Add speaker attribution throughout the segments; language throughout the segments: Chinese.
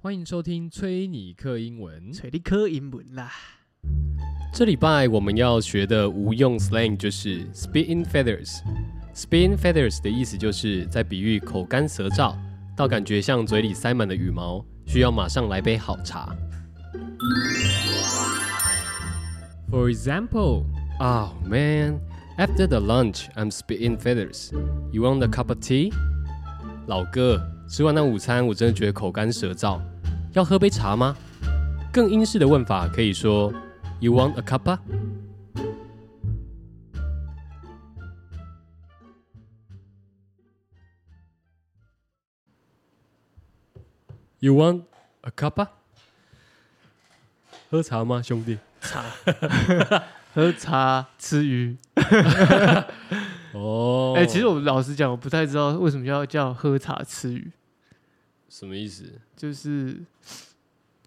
Speaker 1: 欢迎收听崔尼克英文。
Speaker 2: 找你考英文啦。
Speaker 1: 这礼拜我们要学的无用 slang 就是 spit in feathers。spit in feathers 的意思就是在比喻口干舌燥到感觉像嘴里塞满了羽毛，需要马上来杯好茶。For example, oh man, after the lunch, I'm spitting feathers. You want a cup of tea? 老哥，吃完那午餐，我真的觉得口干舌燥，要喝杯茶吗？更英式的问法可以说 You want a cuppa？You want a cuppa？喝茶吗，兄弟？
Speaker 2: 喝茶吃鱼，
Speaker 1: 哦，
Speaker 2: 哎、其实我老实讲，我不太知道为什么要叫喝茶吃鱼，
Speaker 1: 什么意思？
Speaker 2: 就是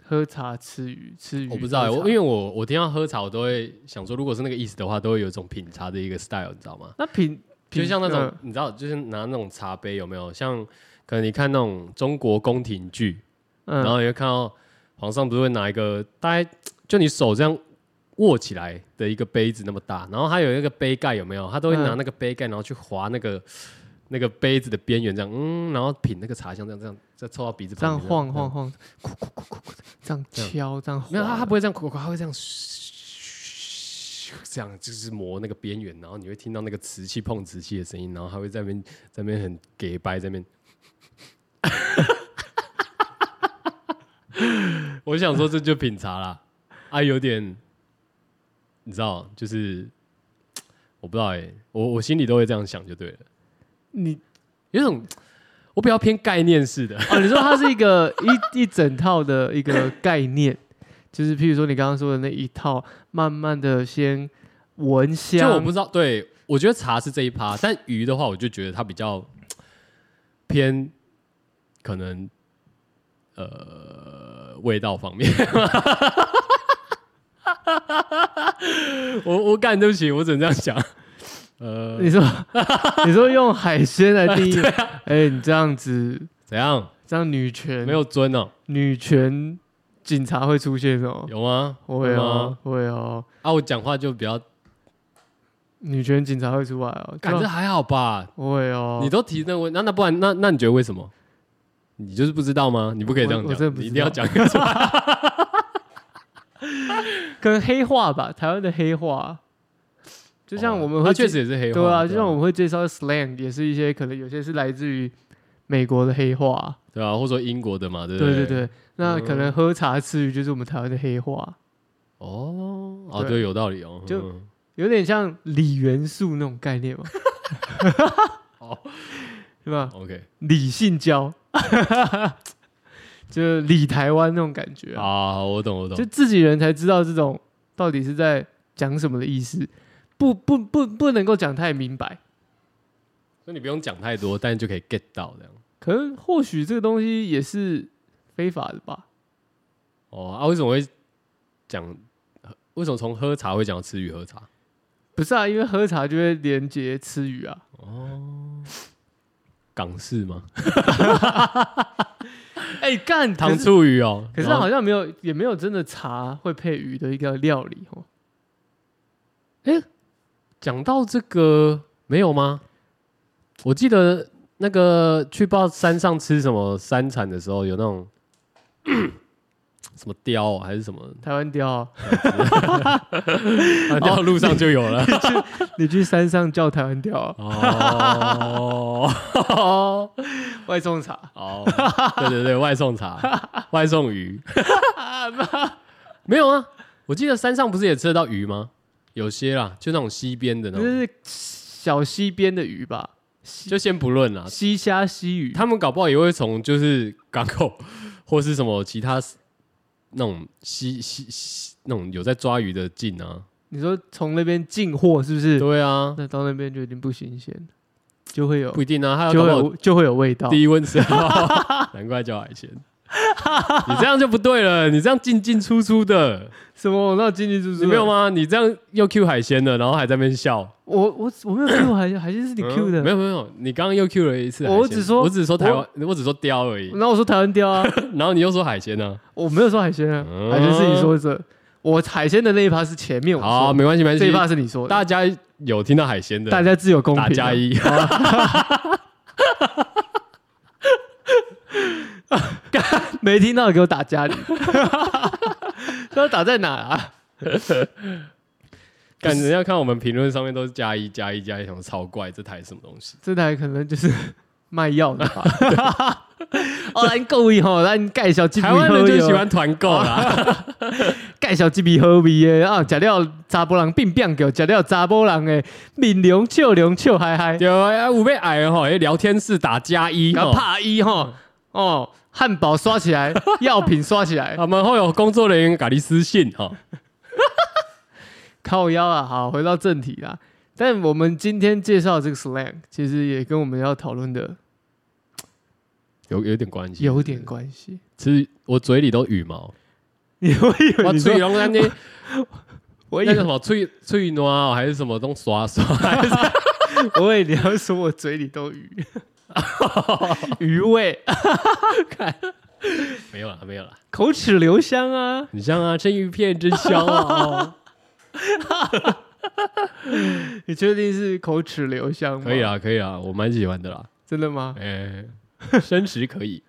Speaker 2: 喝茶吃鱼，吃鱼。
Speaker 1: 我不知道欸，
Speaker 2: 喝
Speaker 1: 我
Speaker 2: 茶
Speaker 1: 因为我我听到喝茶，我都会想说，如果是那个意思的话，都会有一种品茶的一个 style，你知道吗？
Speaker 2: 那品
Speaker 1: 就
Speaker 2: 品
Speaker 1: 像那种、
Speaker 2: 呃
Speaker 1: 你知道，就是拿那种茶杯有没有？像可能你看那种中国宫廷剧，
Speaker 2: 嗯，
Speaker 1: 然后你会看到皇上不是会拿一个大概就你手这样握起来的一个杯子那么大，然后他有那个杯盖有没有？他都会拿
Speaker 2: 嗯
Speaker 1: 那个杯盖，然后去划那个那个杯子的边缘，这样嗯，然后品那个茶香，这样这样再凑到鼻子
Speaker 2: 这样
Speaker 1: 旁边
Speaker 2: 晃晃
Speaker 1: 嗯
Speaker 2: 晃，咕咕咕咕咕，这样
Speaker 1: 这样
Speaker 2: 敲，这样晃。
Speaker 1: 没有他他不会这样咕咕咕，他会这样嘘，这样就是磨那个边缘，然后你会听到那个瓷器碰瓷器的声音，然后他会在那边 在那边很给白在那边。 我想说这就品茶啦，啊，有点，你知道，就是我不知道哎、我我心里都会这样想就对了，
Speaker 2: 你
Speaker 1: 有一种我比较偏概念式的，
Speaker 2: 哦，你说它是一个一一整套的一个概念，就是譬如说你刚刚说的那一套，慢慢的先闻香，
Speaker 1: 就我不知道，对我觉得茶是这一趴，但鱼的话，我就觉得它比较偏可能呃味道方面。 我我干，对不起，我只能这样讲。呃，
Speaker 2: 你说你说用海鲜 来定义，哎，你这样子，
Speaker 1: 怎样？
Speaker 2: 这样女权
Speaker 1: 啊没有尊哦、
Speaker 2: 女权警察会出现哦，
Speaker 1: 有吗？
Speaker 2: 会
Speaker 1: 有
Speaker 2: 哦
Speaker 1: 吗？
Speaker 2: 会哦，
Speaker 1: 啊，我讲话就比较，
Speaker 2: 女权警察会出来哦，
Speaker 1: 感觉
Speaker 2: 就
Speaker 1: 还好吧。
Speaker 2: 会哦，
Speaker 1: 你都提那个问，那那不然那那你觉得为什么？你就是不知道吗？你不可以这样
Speaker 2: 我我真的
Speaker 1: 讲，
Speaker 2: 不
Speaker 1: 你一
Speaker 2: 知
Speaker 1: 定要
Speaker 2: 道
Speaker 1: 讲个出来。
Speaker 2: 可能黑化吧，台湾的黑化， 就像我们
Speaker 1: 他
Speaker 2: 会
Speaker 1: 哦确实也是黑化，
Speaker 2: 对啊，就像我们会介绍的 slang，也是一些可能有些是来自于美国的黑话，
Speaker 1: 对啊，或者说英国的嘛，对不
Speaker 2: 对
Speaker 1: 对
Speaker 2: 对对。那可能
Speaker 1: 嗯
Speaker 2: 喝茶吃鱼就是我们台湾的黑话，
Speaker 1: 哦，哦，
Speaker 2: 对
Speaker 1: 对，有道理哦。
Speaker 2: 就
Speaker 1: 嗯
Speaker 2: 有点像李元素那种概 念嘛。
Speaker 1: 哦，
Speaker 2: 对吧？
Speaker 1: 嗯 OK
Speaker 2: 理性交， 就理台湾那种感觉啊，
Speaker 1: 啊，我懂我懂
Speaker 2: 就。自己人才知道这种到底是在讲什么的意思，不不不不能够讲太明白。
Speaker 1: 所以你不用讲太多，但是就可以 get 到这样。
Speaker 2: 可能或许这个东西也是非法的吧？
Speaker 1: 哦啊，为什么会讲？为什么从喝茶会讲到吃鱼喝茶？
Speaker 2: 不是啊，因为喝茶就会连接吃鱼啊，
Speaker 1: 港式吗？
Speaker 2: 哎、干可
Speaker 1: 糖
Speaker 2: 是
Speaker 1: 醋鱼哦。
Speaker 2: 可是
Speaker 1: 然后
Speaker 2: 好像没有，也没有真的茶会配鱼的一个料理哦。
Speaker 1: 讲到这个没有吗？我记得那个去报山上吃什么山产的时候，有那种 什么雕哦还是什 么，
Speaker 2: 台湾雕啊、
Speaker 1: 然
Speaker 2: 哦
Speaker 1: 后路上就有 了。
Speaker 2: 你去山上叫台湾雕 啊、
Speaker 1: 哦，
Speaker 2: 外送茶，
Speaker 1: 哦，对对对，外送 茶，外送鱼，没有啊？我记得山上不是也吃得到鱼吗？有些啦，就那种溪边的那
Speaker 2: 这
Speaker 1: 种，
Speaker 2: 是小溪边的鱼吧？西
Speaker 1: 就先不论啦。
Speaker 2: 西虾西鱼，
Speaker 1: 他们搞不好也会从就是港口 或是什么其他那种溪溪溪那种有在抓鱼的进啊，
Speaker 2: 你说从那边进货是不是？
Speaker 1: 对啊，
Speaker 2: 那到那边就已经不新鲜了，就会有
Speaker 1: 不一定啊，还有
Speaker 2: 就
Speaker 1: 搞
Speaker 2: 会
Speaker 1: 不好
Speaker 2: 有就会有味道。
Speaker 1: 低温吃到，难怪叫海鲜。你这样就不对了，你这样进进出出的，
Speaker 2: 什么？我那进进出出
Speaker 1: 你没有？吗？你这样又 Q 海鲜了，然后还在那边笑。
Speaker 2: 我我我没有 Q 海鲜，海鲜是你 Q 的。哦
Speaker 1: 嗯没有没有，你刚刚又 Q 了一次海鲜。
Speaker 2: 我只说
Speaker 1: 我只说台湾，我只说雕而已。
Speaker 2: 那我说台湾 雕啊，
Speaker 1: 然后你又说海鲜呢？
Speaker 2: 我没有说海鲜啊，
Speaker 1: 嗯
Speaker 2: 海鲜是你说的。我海鲜的那一趴是前面我
Speaker 1: 好，
Speaker 2: 说
Speaker 1: 没关系没
Speaker 2: 的，这一
Speaker 1: 关
Speaker 2: 趴
Speaker 1: 系。
Speaker 2: 是你说的，
Speaker 1: 大家有听到海鲜的，
Speaker 2: 大家自有公平 啊。
Speaker 1: 打加一。
Speaker 2: 没听到给我打家里， 要打在哪啊？
Speaker 1: 感人家看我们评论上面都是加一加一加一，想说超怪，这台是什么东西？
Speaker 2: 这台可能就是 卖药的吧。 哦，咱各位吼，咱介绍这
Speaker 1: 台
Speaker 2: 边
Speaker 1: 湾人就喜欢团购
Speaker 2: 啊
Speaker 1: 啦，
Speaker 2: 介绍这边好味的啊，食了查甫人变变叫，食了查甫人的面容笑容笑嗨嗨，
Speaker 1: 对啊，五倍矮吼，哎，聊天室打加一
Speaker 2: 然后
Speaker 1: 吼，
Speaker 2: 怕伊吼哦，汉堡刷起 来，药品刷起来，
Speaker 1: 他们会有工作人员给你私信哦哈。
Speaker 2: 靠腰啊。好，回到正题啦。但我们今天介绍的这个 slang，其实也跟我们要讨论的
Speaker 1: 有有点关系，
Speaker 2: 有点关系。
Speaker 1: 其实我嘴里都羽毛，
Speaker 2: 你会以为
Speaker 1: 我
Speaker 2: 你
Speaker 1: 嘴
Speaker 2: 说
Speaker 1: 龙那那
Speaker 2: 我以
Speaker 1: 那个什
Speaker 2: 为
Speaker 1: 么脆脆暖哦还是什么东刷刷，
Speaker 2: 我以为你要说我嘴里都鱼， 鱼味，
Speaker 1: 没有啦没有啦，
Speaker 2: 口齿留香啊！
Speaker 1: 很像啊，生鱼片真香啊，
Speaker 2: 你确定是口齿留香 吗？
Speaker 1: 可以，啊可以啊，我蛮喜欢的啦，
Speaker 2: 真的吗？
Speaker 1: 哎，生食可以。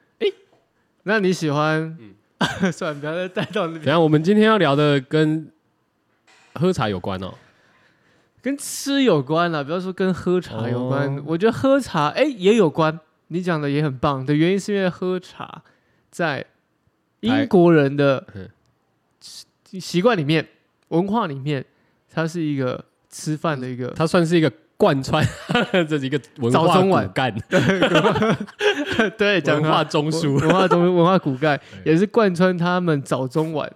Speaker 2: 那你喜欢？
Speaker 1: 嗯
Speaker 2: 算了，不要再带到那
Speaker 1: 等一
Speaker 2: 边，
Speaker 1: 下我们今天要聊的跟喝茶有关哦。
Speaker 2: 跟吃有关啊了，不要说跟喝茶有关。
Speaker 1: 哦
Speaker 2: 我觉得喝茶，哎、也有关。你讲的也很棒的原因是因为喝茶在英国人的
Speaker 1: 嗯
Speaker 2: 习习惯里面、文化里面，它是一个吃饭的一个
Speaker 1: 它算是一个贯穿 这是一个文
Speaker 2: 早
Speaker 1: 化
Speaker 2: 中晚
Speaker 1: 骨干、
Speaker 2: 对讲
Speaker 1: 文
Speaker 2: 话
Speaker 1: 化中枢。，
Speaker 2: 文化中文化骨盖也是贯穿他们早中晚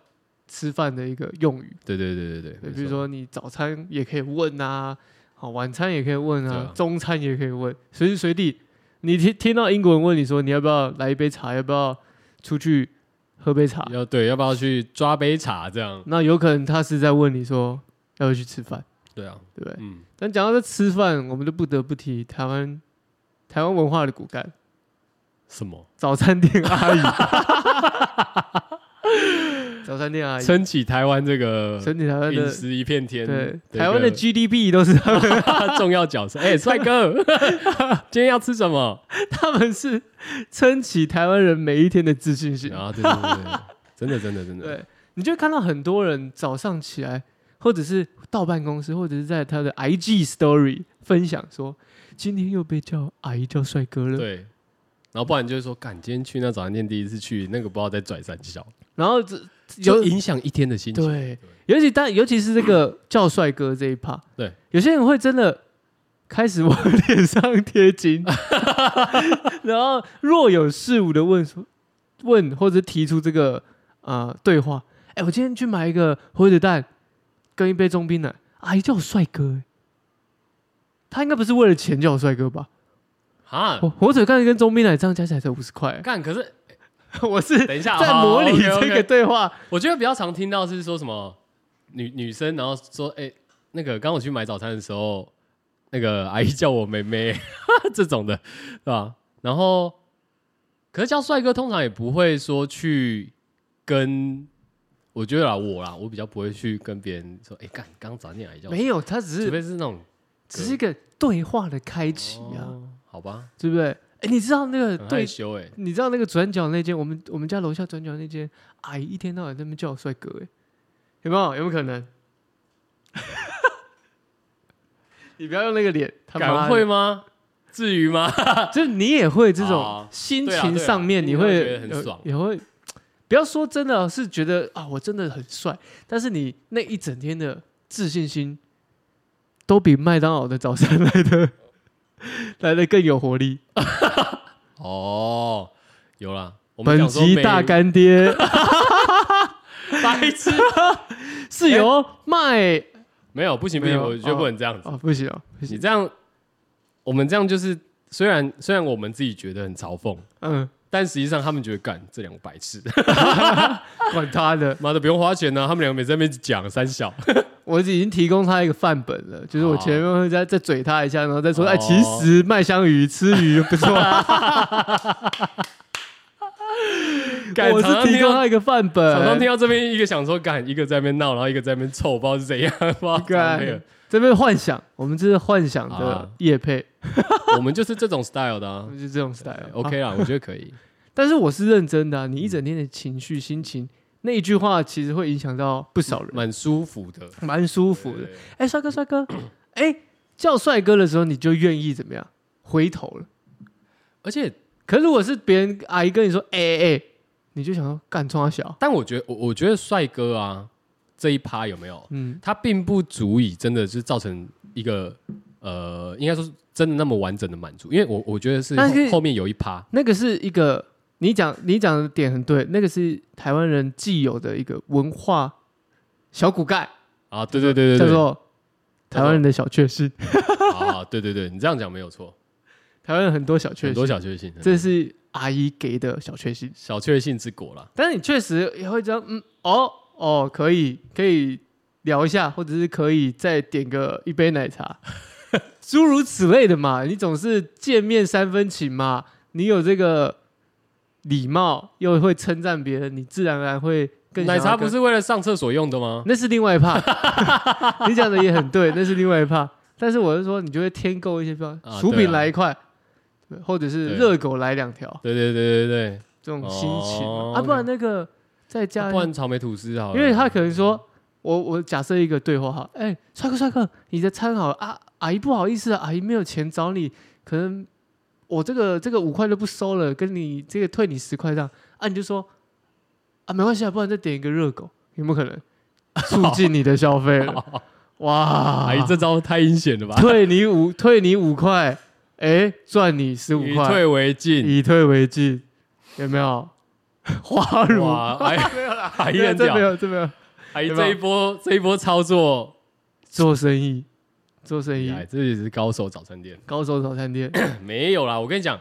Speaker 2: 吃饭的一个用语。
Speaker 1: 对对对对
Speaker 2: 对
Speaker 1: 对，
Speaker 2: 比如说你早餐也可以问啊，好晚餐也可以问
Speaker 1: 对
Speaker 2: 啊，
Speaker 1: 啊
Speaker 2: 中餐也可以问，随时随地你听听到英国人问你说你要不要来一杯茶，要不要出去喝杯茶
Speaker 1: 没错，要对，要不要去抓杯茶这样？
Speaker 2: 那有可能他是在问你说要不要去吃饭，
Speaker 1: 对啊，
Speaker 2: 对不对？
Speaker 1: 嗯，
Speaker 2: 但讲到这吃饭，我们就不得不提台湾台湾文化的骨干。
Speaker 1: 什么
Speaker 2: 早餐店阿姨，早餐店阿姨，
Speaker 1: 撑哎起台湾这个
Speaker 2: 整体台湾
Speaker 1: 饮
Speaker 2: 的
Speaker 1: 食一片天？
Speaker 2: 对
Speaker 1: 这个
Speaker 2: 台湾的 GDP 都是 他们，
Speaker 1: 重要角色。哎，帅哥， 今天要吃什么？
Speaker 2: 他们是撑起台湾人每一天的自信心。
Speaker 1: 然啊后对对对对，真的真的真的，
Speaker 2: 对，你就看到很多人早上起来，或者是到办公室，或者是在他的 IG Story 分享说，今天又被叫阿姨叫帅哥了。
Speaker 1: 对。然后不然就是说，赶今天去那早餐店第一次去，那个不知道在拽三小，
Speaker 2: 然后这
Speaker 1: 就
Speaker 2: 有
Speaker 1: 影响一天的心情。
Speaker 2: 对，尤其但尤其是这个叫帅哥这一趴，
Speaker 1: 对，
Speaker 2: 有些人会真的开始往脸上 贴金，然后若有似无的问说问或者提出这个呃对话，哎、我今天去买一个火腿蛋跟一杯中冰奶，阿姨叫我帅哥、哎他应该不是为了钱叫我帅哥吧？
Speaker 1: 啊，
Speaker 2: 火火腿蛋跟中冰奶这样加起来才五十 块，欸
Speaker 1: 干可是
Speaker 2: 我是
Speaker 1: 等一下哦
Speaker 2: 在模拟这个对话。
Speaker 1: 我觉得比较常听到是说什么女女生，然后说哎、欸那个刚我去买早餐的时候，那个 阿姨叫我妹妹 这种的，是吧？然后，可是叫帅哥通常也不会说去跟，我觉得啦，我啦，我比较不会去跟别人说，哎、干刚早点阿姨叫我，
Speaker 2: 没有，他只
Speaker 1: 除
Speaker 2: 是
Speaker 1: 非是那种
Speaker 2: 只是一个对话的开启啊。
Speaker 1: 哦好吧，
Speaker 2: 对不对？哎，你知道那个
Speaker 1: 很害
Speaker 2: 对，
Speaker 1: 羞哎、
Speaker 2: 你知道那个转角那间，我们我们家楼下转角那间阿姨一天到晚在那边叫我帅哥，哎，有没有？有没有可能？ 你不要用那个脸，他妈
Speaker 1: 敢
Speaker 2: 的
Speaker 1: 会吗？至于吗？
Speaker 2: 就是你也会这种
Speaker 1: 哦
Speaker 2: 心
Speaker 1: 对啊对
Speaker 2: 情
Speaker 1: 啊
Speaker 2: 上面，
Speaker 1: 心里
Speaker 2: 你
Speaker 1: 会
Speaker 2: 会
Speaker 1: 觉得很
Speaker 2: 有
Speaker 1: 爽
Speaker 2: 也会不要说真的是觉得啊，我真的很帅，但是你那一整天的自信心，都比麦当劳的早餐来的 来的更有活力。
Speaker 1: 哦，有啦，我们
Speaker 2: 本
Speaker 1: 讲说
Speaker 2: 集
Speaker 1: 没
Speaker 2: 大 干爹
Speaker 1: 白痴。
Speaker 2: 是由
Speaker 1: 哎
Speaker 2: 卖
Speaker 1: 没有，不行不
Speaker 2: 没
Speaker 1: 行，
Speaker 2: 有
Speaker 1: 我觉得不能这样子。
Speaker 2: 哦，不行哦，不
Speaker 1: 你
Speaker 2: 行，
Speaker 1: 这样，我们这样就是，虽然虽然我们自己觉得很嘲讽，
Speaker 2: 嗯，
Speaker 1: 但实际上他们觉得干这两个白痴，
Speaker 2: 管他的，
Speaker 1: 妈的不用花钱啊呢、他们两个每次在那边讲三 小，
Speaker 2: 我已经提供他一个范本了，就是我
Speaker 1: 哦
Speaker 2: 前面会再再嘴他一下，然后再说，哎，
Speaker 1: 哦
Speaker 2: 其实麦香鱼吃鱼不错，啊
Speaker 1: 干
Speaker 2: 我
Speaker 1: 常
Speaker 2: 是呃
Speaker 1: 常
Speaker 2: 提
Speaker 1: 听
Speaker 2: 供
Speaker 1: 到
Speaker 2: 他一个范
Speaker 1: 常常听
Speaker 2: 本。
Speaker 1: 到这边一个想说干，一个在那边闹，然后一个在那边臭，不知道是啊怎样，不知 道怎么样
Speaker 2: 干。这边幻想，我们这是幻想的
Speaker 1: 啊
Speaker 2: 叶配，
Speaker 1: 我们就是这种 style 的、啊
Speaker 2: 我。们是这种 style。
Speaker 1: OK 啦，我觉得可以。
Speaker 2: 但是我是认真的、啊，你一整天的情绪、心情，那一句话其实会影响到不少人，
Speaker 1: 蛮舒服的，
Speaker 2: 蛮舒服的
Speaker 1: 嗯对。。
Speaker 2: 哎，帅哥，帅哥，哎，叫帅哥的时候你就愿意怎么样回头了。
Speaker 1: 而且，
Speaker 2: 可是如果是别人阿姨跟你说，哎哎哎，你就想说干冲他小，
Speaker 1: 但我觉得，我我觉得帅哥啊这一趴有没有，
Speaker 2: 嗯，
Speaker 1: 他并不足以真的是造成一个呃，应该说是真的那么完整的满足，因为我我觉得是
Speaker 2: 但是
Speaker 1: 后后面有一趴，
Speaker 2: 那个是一个你讲你讲的点很对，那个是台湾人既有的一个文化小骨盖，
Speaker 1: 啊，对对对对
Speaker 2: 叫
Speaker 1: 对，
Speaker 2: 做台湾人的小确幸。
Speaker 1: 啊，对对对，你这样讲没有错，
Speaker 2: 台湾人很多小确
Speaker 1: 很多
Speaker 2: 幸，
Speaker 1: 小确幸，
Speaker 2: 这是阿姨给的小确幸。
Speaker 1: 小确幸之果啦。
Speaker 2: 但是你确实也会觉得，嗯，哦哦，可以可以聊一下，或者是可以再点个一杯奶茶，诸如此类的嘛。你总是见面三分情嘛，你有这个礼貌，又会称赞别人，你自然而然会更想
Speaker 1: 奶
Speaker 2: 要
Speaker 1: 茶
Speaker 2: 跟
Speaker 1: 不是为了上厕所用的吗？
Speaker 2: 那是另外一趴，你讲的也很对，那是另外一趴。但是我是说，你就会添购一些，比方
Speaker 1: 啊
Speaker 2: 薯
Speaker 1: 对
Speaker 2: 饼
Speaker 1: 啊
Speaker 2: 来一块，对或者是
Speaker 1: 对
Speaker 2: 热狗来两条，
Speaker 1: 对对对对
Speaker 2: 这种心情嘛
Speaker 1: 哦
Speaker 2: 啊，不然那个再
Speaker 1: 对，
Speaker 2: 加
Speaker 1: 啊
Speaker 2: 一
Speaker 1: 不然草莓吐司好了，
Speaker 2: 因为他可能说，我我假设一个对话哈，哎、帅哥帅哥，你的餐好了啊，阿姨不好意思啊，阿姨没有钱找你，可能我这个这个五块都不收了，跟你这个退你十块这样啊，你就说啊没关系啊，不然再点一个热狗，有没有 可能促进你的消费了？哇，
Speaker 1: 阿姨哎这招太阴险了吧？
Speaker 2: 退你五退你五块，哎、赚你十五
Speaker 1: 以
Speaker 2: 块，
Speaker 1: 退为进，
Speaker 2: 以退为进，有没有？花如
Speaker 1: 哇，哎，
Speaker 2: 没有啦，
Speaker 1: 阿姨
Speaker 2: 没有
Speaker 1: 很
Speaker 2: 这
Speaker 1: 屌
Speaker 2: 没，有这没有。
Speaker 1: 阿姨
Speaker 2: 对吧
Speaker 1: 哎这一波这一波操作，
Speaker 2: 做生意，做生意，
Speaker 1: 哎，这也是高手早餐店。
Speaker 2: 高手早餐店，
Speaker 1: 没有啦，我跟你讲，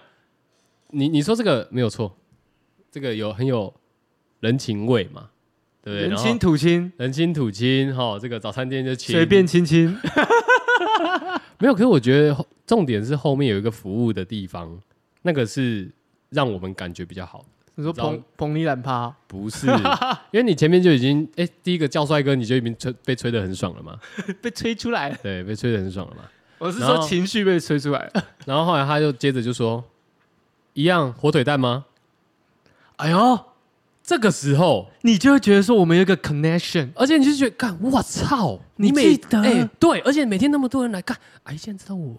Speaker 1: 你你说这个没有错，这个有很有人情味嘛，对不对？
Speaker 2: 人
Speaker 1: 然
Speaker 2: 亲
Speaker 1: 后
Speaker 2: 土亲，
Speaker 1: 人亲土亲哈、这个早餐店就亲
Speaker 2: 随便亲亲，
Speaker 1: 没有。可是我觉得后重点是后面有一个服务的地方，那个是让我们感觉比较好。
Speaker 2: 你说
Speaker 1: 知道
Speaker 2: 捧捧你懒趴，
Speaker 1: 不 是，因为你前面就已经哎，第一个叫帅哥，你就已经吹被吹得很爽了嘛，
Speaker 2: 被吹出来了。
Speaker 1: 对，被吹得很爽了嘛。
Speaker 2: 我是
Speaker 1: 然
Speaker 2: 说
Speaker 1: 后
Speaker 2: 情绪被吹出来了。
Speaker 1: 然后后来他就接着就说，一样火腿蛋吗？
Speaker 2: 哎呦，
Speaker 1: 这个时候
Speaker 2: 你就会觉得说我们有一个 connection，
Speaker 1: 而且你就觉得，干，我操，
Speaker 2: 你
Speaker 1: 每
Speaker 2: 记得
Speaker 1: 哎、对，而且每天那么多人来干，哎，竟然知道我、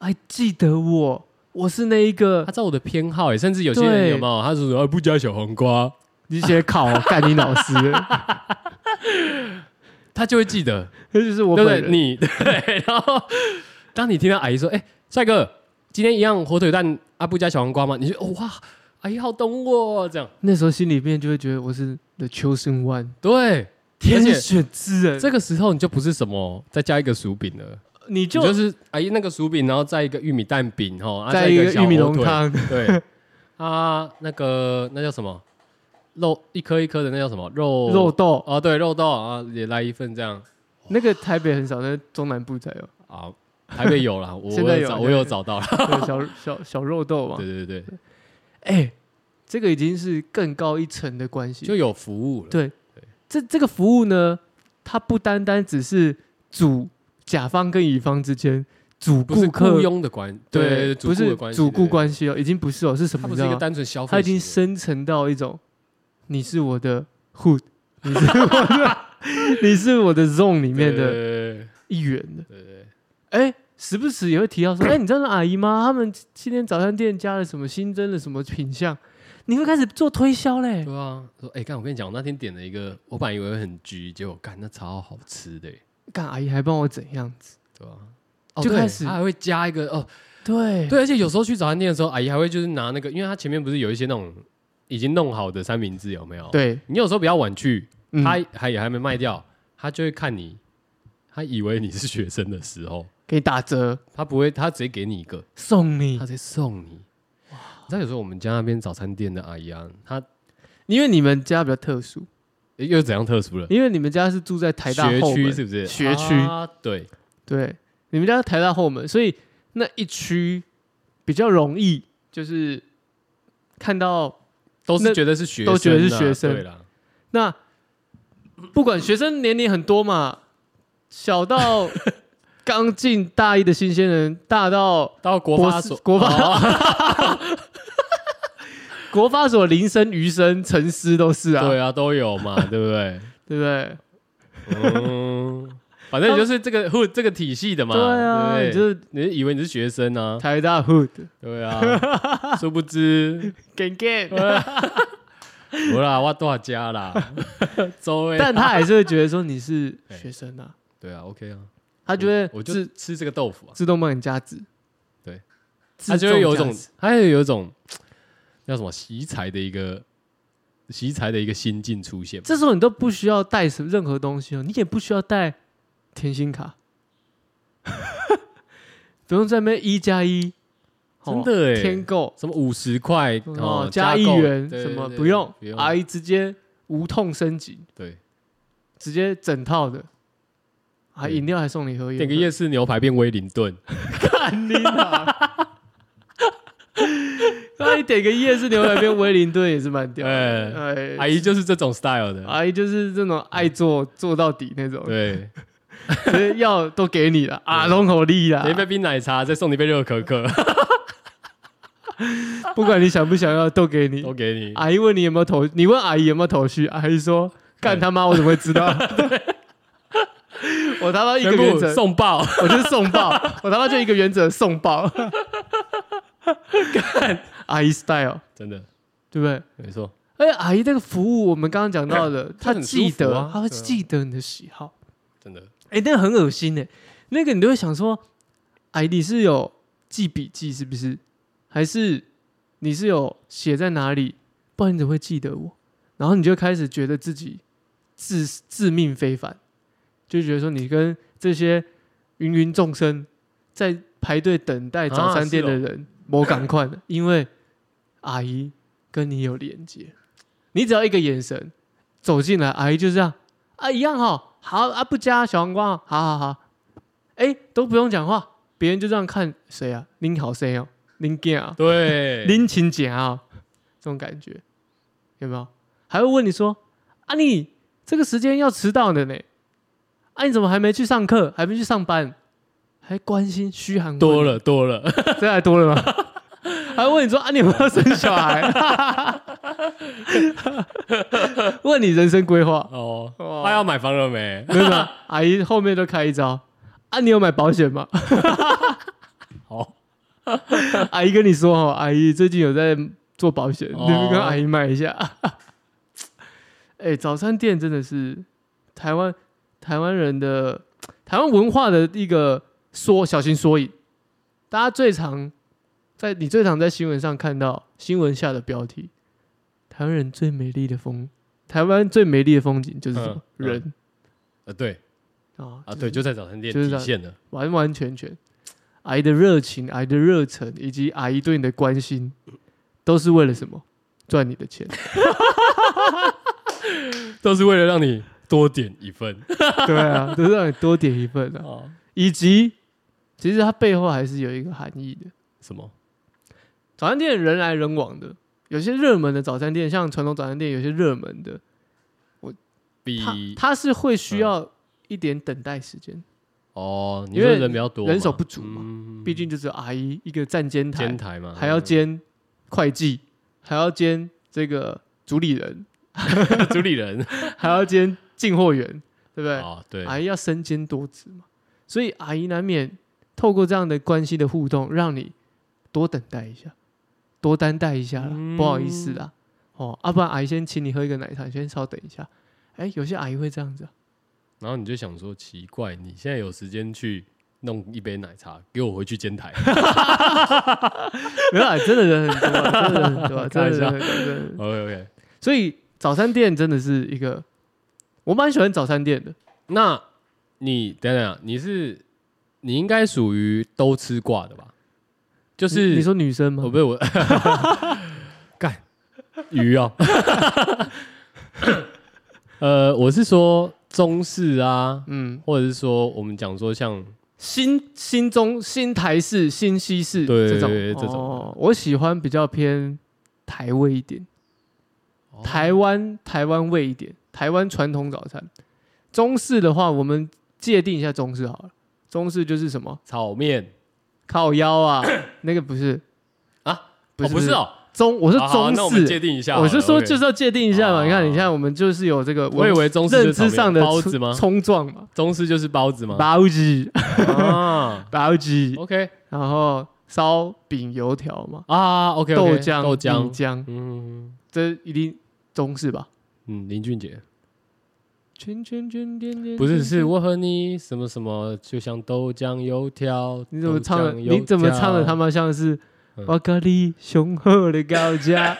Speaker 1: 哎，
Speaker 2: 哎，记得我，我是那一个
Speaker 1: 他知道我的偏好、哎，甚至有些人
Speaker 2: 对
Speaker 1: 有没有，他说什么、哎不加小黄瓜，
Speaker 2: 你写考干你老师，
Speaker 1: 他就会记得，
Speaker 2: 这就是我
Speaker 1: 对不
Speaker 2: 本
Speaker 1: 对？
Speaker 2: 人。
Speaker 1: 你 对，然后当你听到阿姨说，哎、帅哥，今天一样火腿蛋啊，不加小黄瓜吗？你就、哦、哇，阿姨好懂我，这样
Speaker 2: 那时候心里面就会觉得我是 the chosen one，
Speaker 1: 对。而
Speaker 2: 天
Speaker 1: 且
Speaker 2: 选之人。
Speaker 1: 这个时候你就不是什么再加一个薯饼了，
Speaker 2: 你
Speaker 1: 就
Speaker 2: 就
Speaker 1: 就是阿姨那个薯饼，然后再一个玉米蛋饼哈，啊
Speaker 2: 在
Speaker 1: 一
Speaker 2: 一个
Speaker 1: 小
Speaker 2: 玉米
Speaker 1: 火
Speaker 2: 浓
Speaker 1: 腿
Speaker 2: 汤，
Speaker 1: 对啊，那个那叫什么肉，一颗一颗的那叫什么肉
Speaker 2: 肉豆，
Speaker 1: 啊？对，肉豆啊，也来一份这样
Speaker 2: 那个台北很少，那中南部才有。
Speaker 1: 啊。台北有 啦，我
Speaker 2: 现
Speaker 1: 我
Speaker 2: 在
Speaker 1: 有
Speaker 2: 有
Speaker 1: 找
Speaker 2: 现
Speaker 1: 我
Speaker 2: 在
Speaker 1: 有
Speaker 2: 有
Speaker 1: 找到了，
Speaker 2: 对，小小小肉豆嘛。
Speaker 1: 对对对，
Speaker 2: 哎、这个已经是更高一层的关系。
Speaker 1: 就有服务了
Speaker 2: 对。这这个服务呢，它不单单只是主甲方跟乙方之间主
Speaker 1: 不是雇
Speaker 2: 顾客
Speaker 1: 佣的关，
Speaker 2: 对，
Speaker 1: 主
Speaker 2: 不
Speaker 1: 顾
Speaker 2: 是
Speaker 1: 的关系，
Speaker 2: 主顾
Speaker 1: 对，
Speaker 2: 关系哦，已经不是哦，是什
Speaker 1: 它
Speaker 2: 么？
Speaker 1: 不
Speaker 2: 你
Speaker 1: 是一
Speaker 2: 知道
Speaker 1: 个
Speaker 2: 吗？
Speaker 1: 单纯消费行为，
Speaker 2: 它已经深层到一种，你是我的 hood，你是我的，你是我的 zone 里
Speaker 1: 里
Speaker 2: 面的
Speaker 1: 的，
Speaker 2: 一员的。
Speaker 1: 对对对
Speaker 2: 哎，时不时也会提 到说，哎，你知道那阿姨吗？他们今天早餐店加了什么新增了什么品项，你会开始做推销嘞。
Speaker 1: 对啊。说哎，干，我跟你讲，我那天点了一个，我本来以为会很焗，结果干那超好吃的，
Speaker 2: 干阿姨还帮我怎样子？
Speaker 1: 对吧？哦
Speaker 2: 就
Speaker 1: 对
Speaker 2: 开始
Speaker 1: 它还会加一个哦，
Speaker 2: 对
Speaker 1: 对，而且有时候去早餐店的时候，阿姨还会就是拿那个，因为她前面不是有一些那种已经弄好的三明治，有没有？，
Speaker 2: 对，
Speaker 1: 你有时候比较晚去，
Speaker 2: 嗯
Speaker 1: 她还也还没卖掉，她就会看你，她以为你是学生的时候，
Speaker 2: 给你打折
Speaker 1: 她不会，她直接给你一个，
Speaker 2: 送你
Speaker 1: 她，直接送你。知道有时候我们家那边早餐店的阿姨啊，她
Speaker 2: 因为你们家比较特殊，
Speaker 1: 诶又怎样特殊了？
Speaker 2: 因为你们家是住在台大
Speaker 1: 学
Speaker 2: 后
Speaker 1: 区
Speaker 2: 门，
Speaker 1: 是不是？
Speaker 2: 学区
Speaker 1: 啊对，
Speaker 2: 对，你们家是台大后门，所以那一区比较容易就是看到
Speaker 1: 都是
Speaker 2: 那
Speaker 1: 觉得是学生啊，
Speaker 2: 都觉得是学生
Speaker 1: 对啦，
Speaker 2: 那不管学生年龄很多嘛，小到刚进大一的新鲜人，大到
Speaker 1: 到国发
Speaker 2: 士
Speaker 1: 所，
Speaker 2: 国发
Speaker 1: 哦
Speaker 2: 国发所林生、余生、陈思都是啊，
Speaker 1: 对啊，都有嘛，对不对？
Speaker 2: 对不对？
Speaker 1: 嗯，反正你就是这个 hood 这个体系的嘛，
Speaker 2: 对啊，
Speaker 1: 对不对
Speaker 2: 你就是
Speaker 1: 你以为你是学生啊？
Speaker 2: 台大 hood
Speaker 1: 对啊， 殊不知，
Speaker 2: gang gang，
Speaker 1: 我啦，我多少家啦， 周围，
Speaker 2: 但他还是会觉得说你是学生啊，
Speaker 1: 对啊，OK 啊，
Speaker 2: 他觉得
Speaker 1: 我我就
Speaker 2: 自
Speaker 1: 吃这个豆腐啊，
Speaker 2: 自动帮你加值，
Speaker 1: 对，
Speaker 2: 自
Speaker 1: 他就会有一
Speaker 2: 动
Speaker 1: 种
Speaker 2: 价值，
Speaker 1: 他会有一种叫什么习才的一个习才的一个心境出现嘛，
Speaker 2: 这时候你都不需要带什么任何东西哦，你也不需要带甜心卡， 不用在那边一加一，
Speaker 1: 真
Speaker 2: 哦
Speaker 1: 的
Speaker 2: 天
Speaker 1: 哎，
Speaker 2: 购
Speaker 1: 什么五十块
Speaker 2: 哦
Speaker 1: 哦，
Speaker 2: 加一
Speaker 1: 购
Speaker 2: 元
Speaker 1: 对
Speaker 2: 什么
Speaker 1: 对
Speaker 2: 不用
Speaker 1: 不，用，
Speaker 2: 阿姨直接无痛升级，
Speaker 1: 对，
Speaker 2: 直接整套的，啊，
Speaker 1: 对
Speaker 2: 饮料还送你喝，
Speaker 1: 点个夜市牛排变威灵顿，
Speaker 2: 干你啊！那你点个夜市牛排变威灵顿也是蛮屌
Speaker 1: 哎
Speaker 2: 的，
Speaker 1: 阿
Speaker 2: 哎，
Speaker 1: 姨就是这种 style 的，
Speaker 2: 阿姨就是这种爱做做到底那种，
Speaker 1: 对，
Speaker 2: 直接要都给你了啊，龙口力啦
Speaker 1: 来，一杯冰奶茶，再送你一杯热可可，
Speaker 2: 不管你想不想要都给 你啊
Speaker 1: 都。给你。
Speaker 2: 阿姨问你有没有头，你问阿姨有没有头绪，阿姨说干他妈我怎么会 知道？我他妈一个
Speaker 1: 全
Speaker 2: 原
Speaker 1: 部
Speaker 2: 则，
Speaker 1: 送爆，
Speaker 2: 我就是送爆， 我他妈就一个原则送爆。干阿姨 style，
Speaker 1: 真的
Speaker 2: 对不对？
Speaker 1: 没错，
Speaker 2: 而且哎阿姨这个服务，我们刚刚讲到的，她
Speaker 1: 哎很
Speaker 2: 记
Speaker 1: 舒服
Speaker 2: 得，
Speaker 1: 啊
Speaker 2: 她会
Speaker 1: 对啊
Speaker 2: 记得你的喜好。
Speaker 1: 真的
Speaker 2: 哎，那个很恶心哎，那个你都会想说，阿姨你是有记笔记是不是？还是你是有写在哪里？不然你怎么会记得我？然后你就开始觉得自己自自命非凡，就觉得说你跟这些芸芸众生在排队等待早
Speaker 1: 啊
Speaker 2: 餐店
Speaker 1: 是
Speaker 2: 的
Speaker 1: 哦
Speaker 2: 人，某赶快的，因为阿姨跟你有连接，你只要一个眼神走进来，阿姨就这样啊，一样哈，好啊，不加小黄瓜哦，好好好，哎、都不用讲话，别人就这样看谁啊，拎好谁哦，拎囝啊，
Speaker 1: 对，
Speaker 2: 拎琴姐啊，这种感觉有没有？还会问你说啊你，这个时间要迟到的呢，啊，你怎么还没去上课，还没去上班，还关心嘘寒问暖
Speaker 1: 多了多了，
Speaker 2: 这还多了吗？还问你说啊，你有没有生小孩？ 问你人生规划，
Speaker 1: 哦，
Speaker 2: 哦
Speaker 1: 他要买房了没？
Speaker 2: 没有没有，阿姨后面都开一招啊，你有买保险吗？
Speaker 1: 好，
Speaker 2: 阿姨跟你说哦，阿姨最近有在做保险，
Speaker 1: 哦
Speaker 2: 你们跟阿姨买一下。 哎、早餐店真的是台湾台湾人的台湾文化的一个缩小型缩影。大家最常在你最常在新闻上看到新闻下的标题：台湾人最美丽的风，台湾最美丽的风景就是什么、
Speaker 1: 嗯嗯
Speaker 2: 人
Speaker 1: 呃，对
Speaker 2: 啊
Speaker 1: 啊，对，就在早餐店
Speaker 2: 就是
Speaker 1: 体
Speaker 2: 在
Speaker 1: 现了，
Speaker 2: 完完全全，阿姨的热情、阿姨的热忱以及阿姨对你的关心，都是为了什么？赚你的钱，
Speaker 1: 都是为了让你多点一 份。
Speaker 2: 对啊，都是让你多点一份啊。
Speaker 1: 哦，
Speaker 2: 以及，其实它背后还是有一个含义的。
Speaker 1: 什么？
Speaker 2: 早餐店人来人往的，有些热门的早餐店，像传统早餐店，有些热门的，它
Speaker 1: 比
Speaker 2: 它是会需
Speaker 1: 嗯
Speaker 2: 要一点等待时间，
Speaker 1: 哦，你
Speaker 2: 因
Speaker 1: 说
Speaker 2: 为
Speaker 1: 人比较多嘛，
Speaker 2: 人手不足嘛
Speaker 1: 嘛
Speaker 2: 毕竟就只有阿姨一个站监台
Speaker 1: 监，台嗯嘛，
Speaker 2: 还 要兼会计，还要兼这个主理人，
Speaker 1: 嗯主理人。
Speaker 2: 还要兼进货员，对不 对？
Speaker 1: 哦，对，
Speaker 2: 阿姨要身兼多职嘛，所以阿姨难免透过这样的关系的互动，让你多等待一下，多担待一下啦，
Speaker 1: 嗯
Speaker 2: 不好意思啦，哦，要、不然阿姨先请你喝一个奶茶，你先稍等一下。哎，有些阿姨会这 样子啊、
Speaker 1: 然后你就想说，奇怪，你现在有时间去弄一杯奶茶，给我回去监 台。
Speaker 2: 没有啊，真的人很多、啊，真的人 很多、啊，
Speaker 1: 开
Speaker 2: 真
Speaker 1: 玩
Speaker 2: 的
Speaker 1: 笑
Speaker 2: 人很多真的人很多。啊
Speaker 1: OK OK，
Speaker 2: 所以早餐店真的是一个，我蛮喜欢早餐店的，
Speaker 1: 那你等等啊，你是你应该属于都吃挂的吧？就
Speaker 2: 就是你说女生吗
Speaker 1: 我？被 我干鱼哦， 呃，我是说中式啊，
Speaker 2: 嗯，
Speaker 1: 或者是说我们讲说像
Speaker 2: 新新中新台式、新西式
Speaker 1: 对
Speaker 2: 这种
Speaker 1: 这种
Speaker 2: 哦，我喜欢比较偏台味一点，
Speaker 1: 哦
Speaker 2: 台湾台湾味一点，台湾传统早餐。中式的话，我们界定一下中式好了。中式就是什么
Speaker 1: 炒面
Speaker 2: 靠腰 啊，那个不是
Speaker 1: 啊，
Speaker 2: 不是
Speaker 1: 哦不是哦，
Speaker 2: 中，我是
Speaker 1: 好好
Speaker 2: 中
Speaker 1: 那我们
Speaker 2: 式
Speaker 1: 界，定一下好了，
Speaker 2: 我是说就是是要界定一下嘛。
Speaker 1: 哦
Speaker 2: 你看，你看，我们就是有这个
Speaker 1: 我以为中式
Speaker 2: 认
Speaker 1: 就是
Speaker 2: 知上的
Speaker 1: 炒面包
Speaker 2: 冲
Speaker 1: 子吗？
Speaker 2: 冲撞嘛，
Speaker 1: 中式就是包子吗？
Speaker 2: 包子，
Speaker 1: 啊
Speaker 2: 包子，
Speaker 1: ，OK
Speaker 2: 然后烧饼、油条嘛，
Speaker 1: 啊，OK，
Speaker 2: 豆浆、
Speaker 1: 豆
Speaker 2: 米
Speaker 1: 浆，
Speaker 2: 浆，
Speaker 1: 嗯
Speaker 2: 这一定中式吧？
Speaker 1: 嗯，林俊杰
Speaker 2: 圈圈圈点点，
Speaker 1: 不是
Speaker 2: 圈
Speaker 1: 是我和你什么什么，就像豆浆油条，
Speaker 2: 你怎么唱的？
Speaker 1: 豆浆油条
Speaker 2: 你怎么唱的？他妈像是
Speaker 1: 嗯
Speaker 2: 我跟你雄厚的 高家，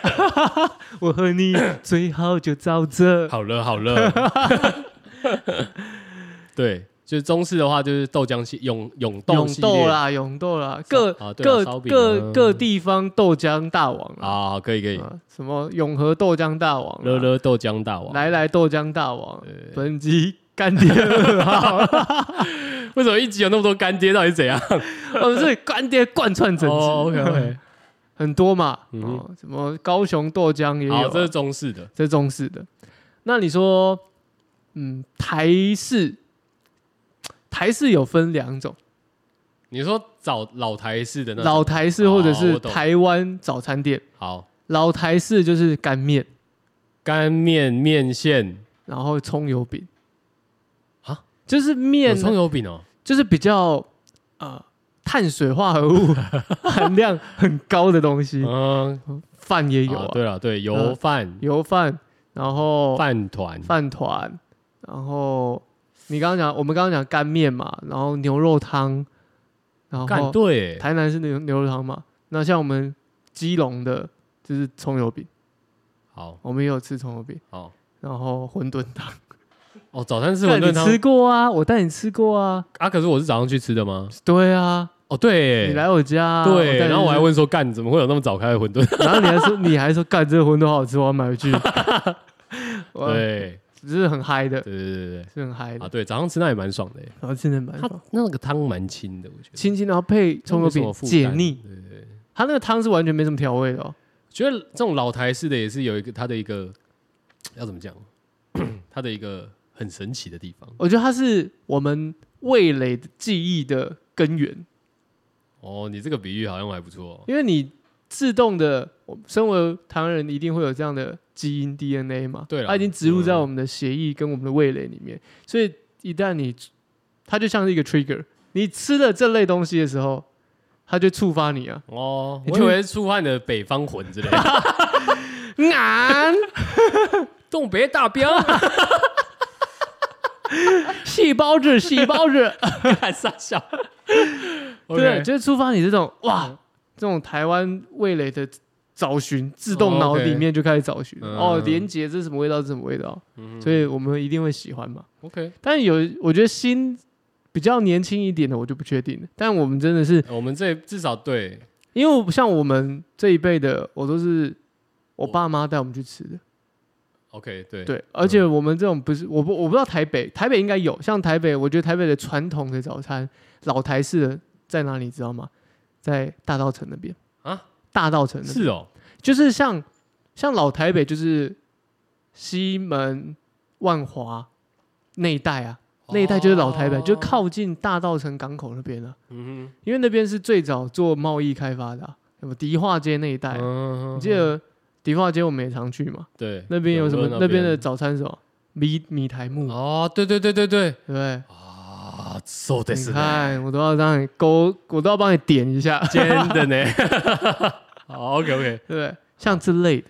Speaker 2: 我和你最好就照这。
Speaker 1: 好了好 了，对，就是中式的话，就是豆浆系永永豆
Speaker 2: 永
Speaker 1: 系
Speaker 2: 豆
Speaker 1: 列
Speaker 2: 啦，永豆啦，各
Speaker 1: 啊对啊
Speaker 2: 各
Speaker 1: 烧饼
Speaker 2: 各
Speaker 1: 啊
Speaker 2: 各地方豆浆大王啊，
Speaker 1: 啊，可以可以，
Speaker 2: 啊什么永和豆浆大王啊，
Speaker 1: 乐乐豆浆大王，
Speaker 2: 来来豆浆大王，
Speaker 1: 对
Speaker 2: 本集干爹二号，
Speaker 1: 为什么一集有那么多干爹？到底是怎样？
Speaker 2: 我们是干爹贯穿 整集、
Speaker 1: 哦，OK OK，
Speaker 2: 很多嘛，
Speaker 1: 嗯
Speaker 2: 哦，什么高雄豆浆 也有啊、
Speaker 1: 好，这是中式的，
Speaker 2: 这是中式的。那你说，嗯，台式，台式有分两种，
Speaker 1: 你说早老台式的那种
Speaker 2: 老台式或者
Speaker 1: 哦
Speaker 2: 是
Speaker 1: 我懂
Speaker 2: 台湾早餐店。
Speaker 1: 好
Speaker 2: 老台式就是干面，
Speaker 1: 干面面线
Speaker 2: 然后葱油饼，
Speaker 1: 啊，
Speaker 2: 就是
Speaker 1: 有
Speaker 2: 面
Speaker 1: 葱油饼哦，
Speaker 2: 就是比较呃碳水化 合物含量很高的东西，
Speaker 1: 嗯，
Speaker 2: 饭也有
Speaker 1: 啊
Speaker 2: 啊，
Speaker 1: 对了对，油
Speaker 2: 嗯
Speaker 1: 饭
Speaker 2: 油饭，然后
Speaker 1: 饭团
Speaker 2: 饭团，然后你刚刚讲，我们刚刚讲干面嘛，然后牛肉汤，然
Speaker 1: 干
Speaker 2: 后
Speaker 1: 对
Speaker 2: 台南是牛牛肉汤嘛，那像我们基隆的就是葱油饼，
Speaker 1: 好
Speaker 2: 我们也有吃葱油饼，
Speaker 1: 好
Speaker 2: 然后馄饨 汤，
Speaker 1: 哦，早餐是馄饨
Speaker 2: 干
Speaker 1: 汤
Speaker 2: 你吃过啊，我带你吃过啊，
Speaker 1: 啊，可是我是早上去吃的吗？
Speaker 2: 对啊，
Speaker 1: 哦，对，
Speaker 2: 你来我家啊、
Speaker 1: 对，
Speaker 2: 带你
Speaker 1: 然后我还
Speaker 2: 去
Speaker 1: 问说，干怎么会有那么早开的馄饨？
Speaker 2: 然后你还说，你还说，干这个馄饨好好吃，我要买 回去。我，
Speaker 1: 对
Speaker 2: 只是很嗨的
Speaker 1: 对，对对
Speaker 2: 是很嗨
Speaker 1: 对，啊，
Speaker 2: 的，
Speaker 1: 对，早上吃那也蛮爽的耶，
Speaker 2: 然后真的蛮
Speaker 1: 它那个汤蛮清的，我觉得
Speaker 2: 轻轻，然后配葱油
Speaker 1: 没什么
Speaker 2: 饼
Speaker 1: 负担
Speaker 2: 解腻。
Speaker 1: 对对对，
Speaker 2: 它那个汤是完全没什么调味的哦。
Speaker 1: 觉得这种老台式的也是有一个它的一个要怎么讲，它的一个很神奇的地方
Speaker 2: 我觉得它是我们味蕾记忆的根源，
Speaker 1: 哦。你这个比喻好像还不错哦，
Speaker 2: 因为你自动的，我身为台湾人一定会有这样的基因 DNA 嘛，
Speaker 1: 对啦
Speaker 2: 它已经植入在
Speaker 1: 嗯
Speaker 2: 我们的血液跟我们的味蕾里面，所以一旦你，它就像是一个 trigger，你吃了这类东西的时候，它就触发你 啊，
Speaker 1: 哦，
Speaker 2: 你
Speaker 1: 我以
Speaker 2: 就
Speaker 1: 为是触犯的北方魂之类 的，啊
Speaker 2: 俺
Speaker 1: 东北大彪，
Speaker 2: 细胞质，细胞质，
Speaker 1: 还傻笑。
Speaker 2: 对，
Speaker 1: OK，嗯
Speaker 2: 就是触发你这种哇，这种台湾味蕾的找寻，自动脑里面就开始找寻
Speaker 1: 哦嗯
Speaker 2: 哦，连接这是什么味道，这是什么味道，所以我们一定会喜欢嘛。
Speaker 1: OK，
Speaker 2: 但有，我觉得新比较年轻一点的，我就不确定了。但我们真的是，
Speaker 1: 我们这至少对
Speaker 2: 因为像我们这一辈的，我都是我爸妈带我们去吃的，
Speaker 1: OK 对
Speaker 2: 对，而且
Speaker 1: 嗯
Speaker 2: 我们这种不是，我不我不知道台北，台北应该有，像台北，我觉得台北的传统的早餐，老台式的在哪里，你知道吗？在大道城那边
Speaker 1: 啊，
Speaker 2: 大道城那边
Speaker 1: 是哦，
Speaker 2: 就是像像老台北，就是西门、万华那一带啊，那一带就是老台北，就
Speaker 1: 哦
Speaker 2: 靠近大道城港口那边了、啊
Speaker 1: 嗯
Speaker 2: 因为那边是最早做贸易开发的、啊，什么迪化街那一带
Speaker 1: 哼嗯
Speaker 2: 啊、你记得迪化街我们也常去嘛？
Speaker 1: 对，
Speaker 2: 那边有什么
Speaker 1: 永？乐
Speaker 2: 那边的早餐是什么？米米苔木，
Speaker 1: 哦，对对对对对
Speaker 2: 对不对？
Speaker 1: 啊，そうで
Speaker 2: 你
Speaker 1: すね，
Speaker 2: 看，我都要让你勾，我都要帮你点一下，
Speaker 1: 真的呢。 好，OK OK。
Speaker 2: 对不对？像这类的，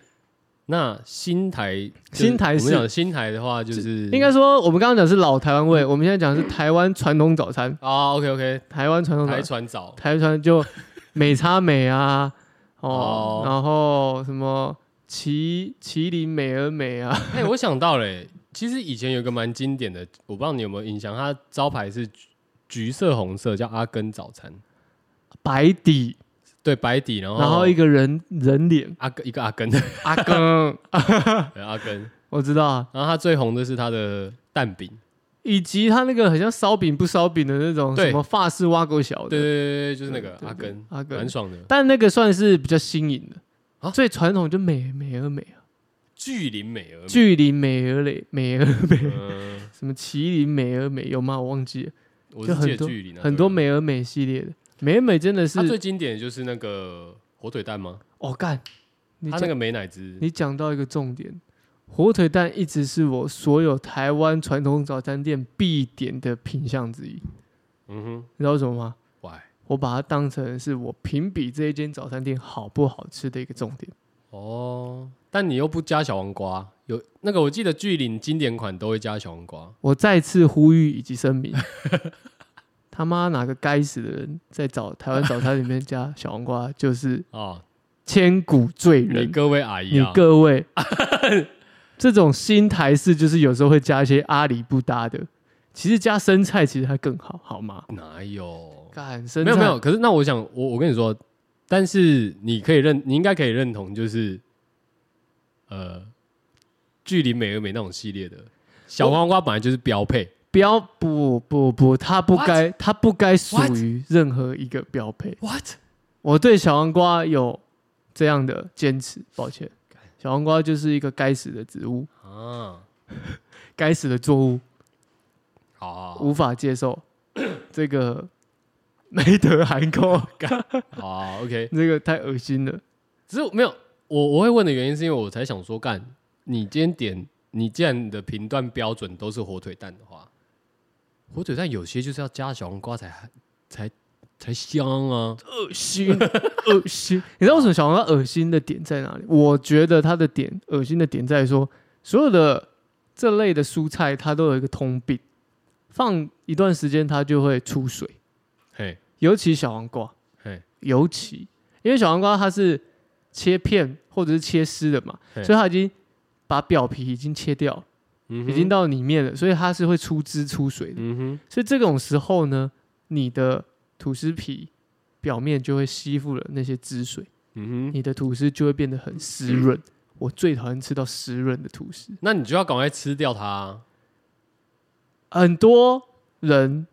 Speaker 1: 那新台就是
Speaker 2: 新台
Speaker 1: 我
Speaker 2: 是
Speaker 1: 们讲新台的话，就是
Speaker 2: 应该说我们刚刚讲是老台湾味，我们现在讲的是台湾传统早餐，
Speaker 1: 啊，OK OK，
Speaker 2: 台湾传统早
Speaker 1: 台
Speaker 2: 餐。
Speaker 1: 船早
Speaker 2: 台船就美差美啊，
Speaker 1: 哦
Speaker 2: 哦，然后什么麒麒麟美而美啊，
Speaker 1: 哎，我想到嘞，其实以前有一个蛮经典的，我不知道你有没有印象，它招牌是橘橘色红色，叫阿根早餐。
Speaker 2: 白底
Speaker 1: 对白底，然后
Speaker 2: 然后一个人人脸
Speaker 1: 阿根一个阿根 对
Speaker 2: 阿公，
Speaker 1: 阿根，
Speaker 2: 我知道啊，
Speaker 1: 然后他最红的是他的蛋饼，
Speaker 2: 以及他那个很像烧饼不烧饼的那种
Speaker 1: 对
Speaker 2: 什么法式挖沟小
Speaker 1: 对对
Speaker 2: 的，
Speaker 1: 对对，就是那个
Speaker 2: 哦对对
Speaker 1: 阿根，
Speaker 2: 阿根
Speaker 1: 蛮爽的。
Speaker 2: 但那个算是比较新颖的。
Speaker 1: 啊
Speaker 2: 最传统就美美而美啊，
Speaker 1: 巨灵美而美，
Speaker 2: 巨灵美而美，美而美，
Speaker 1: 嗯，
Speaker 2: 什么麒麟美而美有吗？我忘记了，
Speaker 1: 我
Speaker 2: 就是很
Speaker 1: 记得
Speaker 2: 多
Speaker 1: 巨灵啊
Speaker 2: 很
Speaker 1: 对
Speaker 2: 多
Speaker 1: 啊
Speaker 2: 美而美系列的，美而美真的是
Speaker 1: 它最经典的就是那个火腿蛋吗？
Speaker 2: 哦干，你
Speaker 1: 它那
Speaker 2: 讲
Speaker 1: 个美乃滋，
Speaker 2: 你讲到一个重点，火腿蛋一直是我所有台湾传统早餐店必点的品项之一。你
Speaker 1: 嗯哼，
Speaker 2: 知道为什么吗？
Speaker 1: 喂，
Speaker 2: 我把它当成是我评比这一间早餐店好不好吃的一个重点。
Speaker 1: 哦，但你又不加小黄瓜，有那个我记得巨灵经典款都会加小黄瓜，
Speaker 2: 我再次呼吁以及声明， 他妈哪个该死的人在早台湾早餐里面加小黄瓜，就是
Speaker 1: 哦，
Speaker 2: 千古罪
Speaker 1: 你
Speaker 2: 人。
Speaker 1: 各位阿姨
Speaker 2: 你
Speaker 1: 啊，
Speaker 2: 各位， 这种新台式就是有时候会加一些阿里不搭的，其实加生菜其实还更好，好吗？
Speaker 1: 哪有？
Speaker 2: 干生
Speaker 1: 没有没有，，可是那我想，我我跟你说，但是你可以认，你应该可以认同，就是呃，巨灵美而美那种系列的小黄瓜本来就是标配，
Speaker 2: 不要不不不，它不
Speaker 1: What？
Speaker 2: 该它不该属
Speaker 1: What？
Speaker 2: 于任何一个标配。
Speaker 1: what
Speaker 2: 我对小黄瓜有这样的坚持，抱歉，小黄瓜就是一个该死的植物，
Speaker 1: 啊？
Speaker 2: 该死的作物，
Speaker 1: 好啊好好
Speaker 2: 无法接受 这个没得含扣，
Speaker 1: 好，OK，啊
Speaker 2: 这个太恶心了。
Speaker 1: 只是没有我我会问的原因，是因为我才想说，干，你今天点，你既然你的评断标准都是火腿蛋的话，火腿蛋有些就是要加小黄瓜才才才香啊。
Speaker 2: 恶心，恶心。你知道为什么小黄瓜恶心的点在哪里？我觉得它的点恶心的点在于说，所有的这类的蔬菜它都有一个通病，放一段时间它就会出水，
Speaker 1: 嘿，
Speaker 2: 尤其小黄瓜，
Speaker 1: 嘿，
Speaker 2: 尤其因为小黄瓜它是切片或者是切丝的嘛，
Speaker 1: 嘿
Speaker 2: 所以它已经把表皮已经切掉，
Speaker 1: 嗯
Speaker 2: 已经，到里面了，所以它是会出汁出水的。
Speaker 1: 嗯哼，
Speaker 2: 所以这种时候呢，你的吐司皮表面就会吸附了那些汁水。
Speaker 1: 嗯哼。
Speaker 2: 你的吐司就会变得很湿润。
Speaker 1: 嗯
Speaker 2: 我最讨厌吃到湿润的吐司。
Speaker 1: 那你就要赶快吃掉它、啊。
Speaker 2: 很多人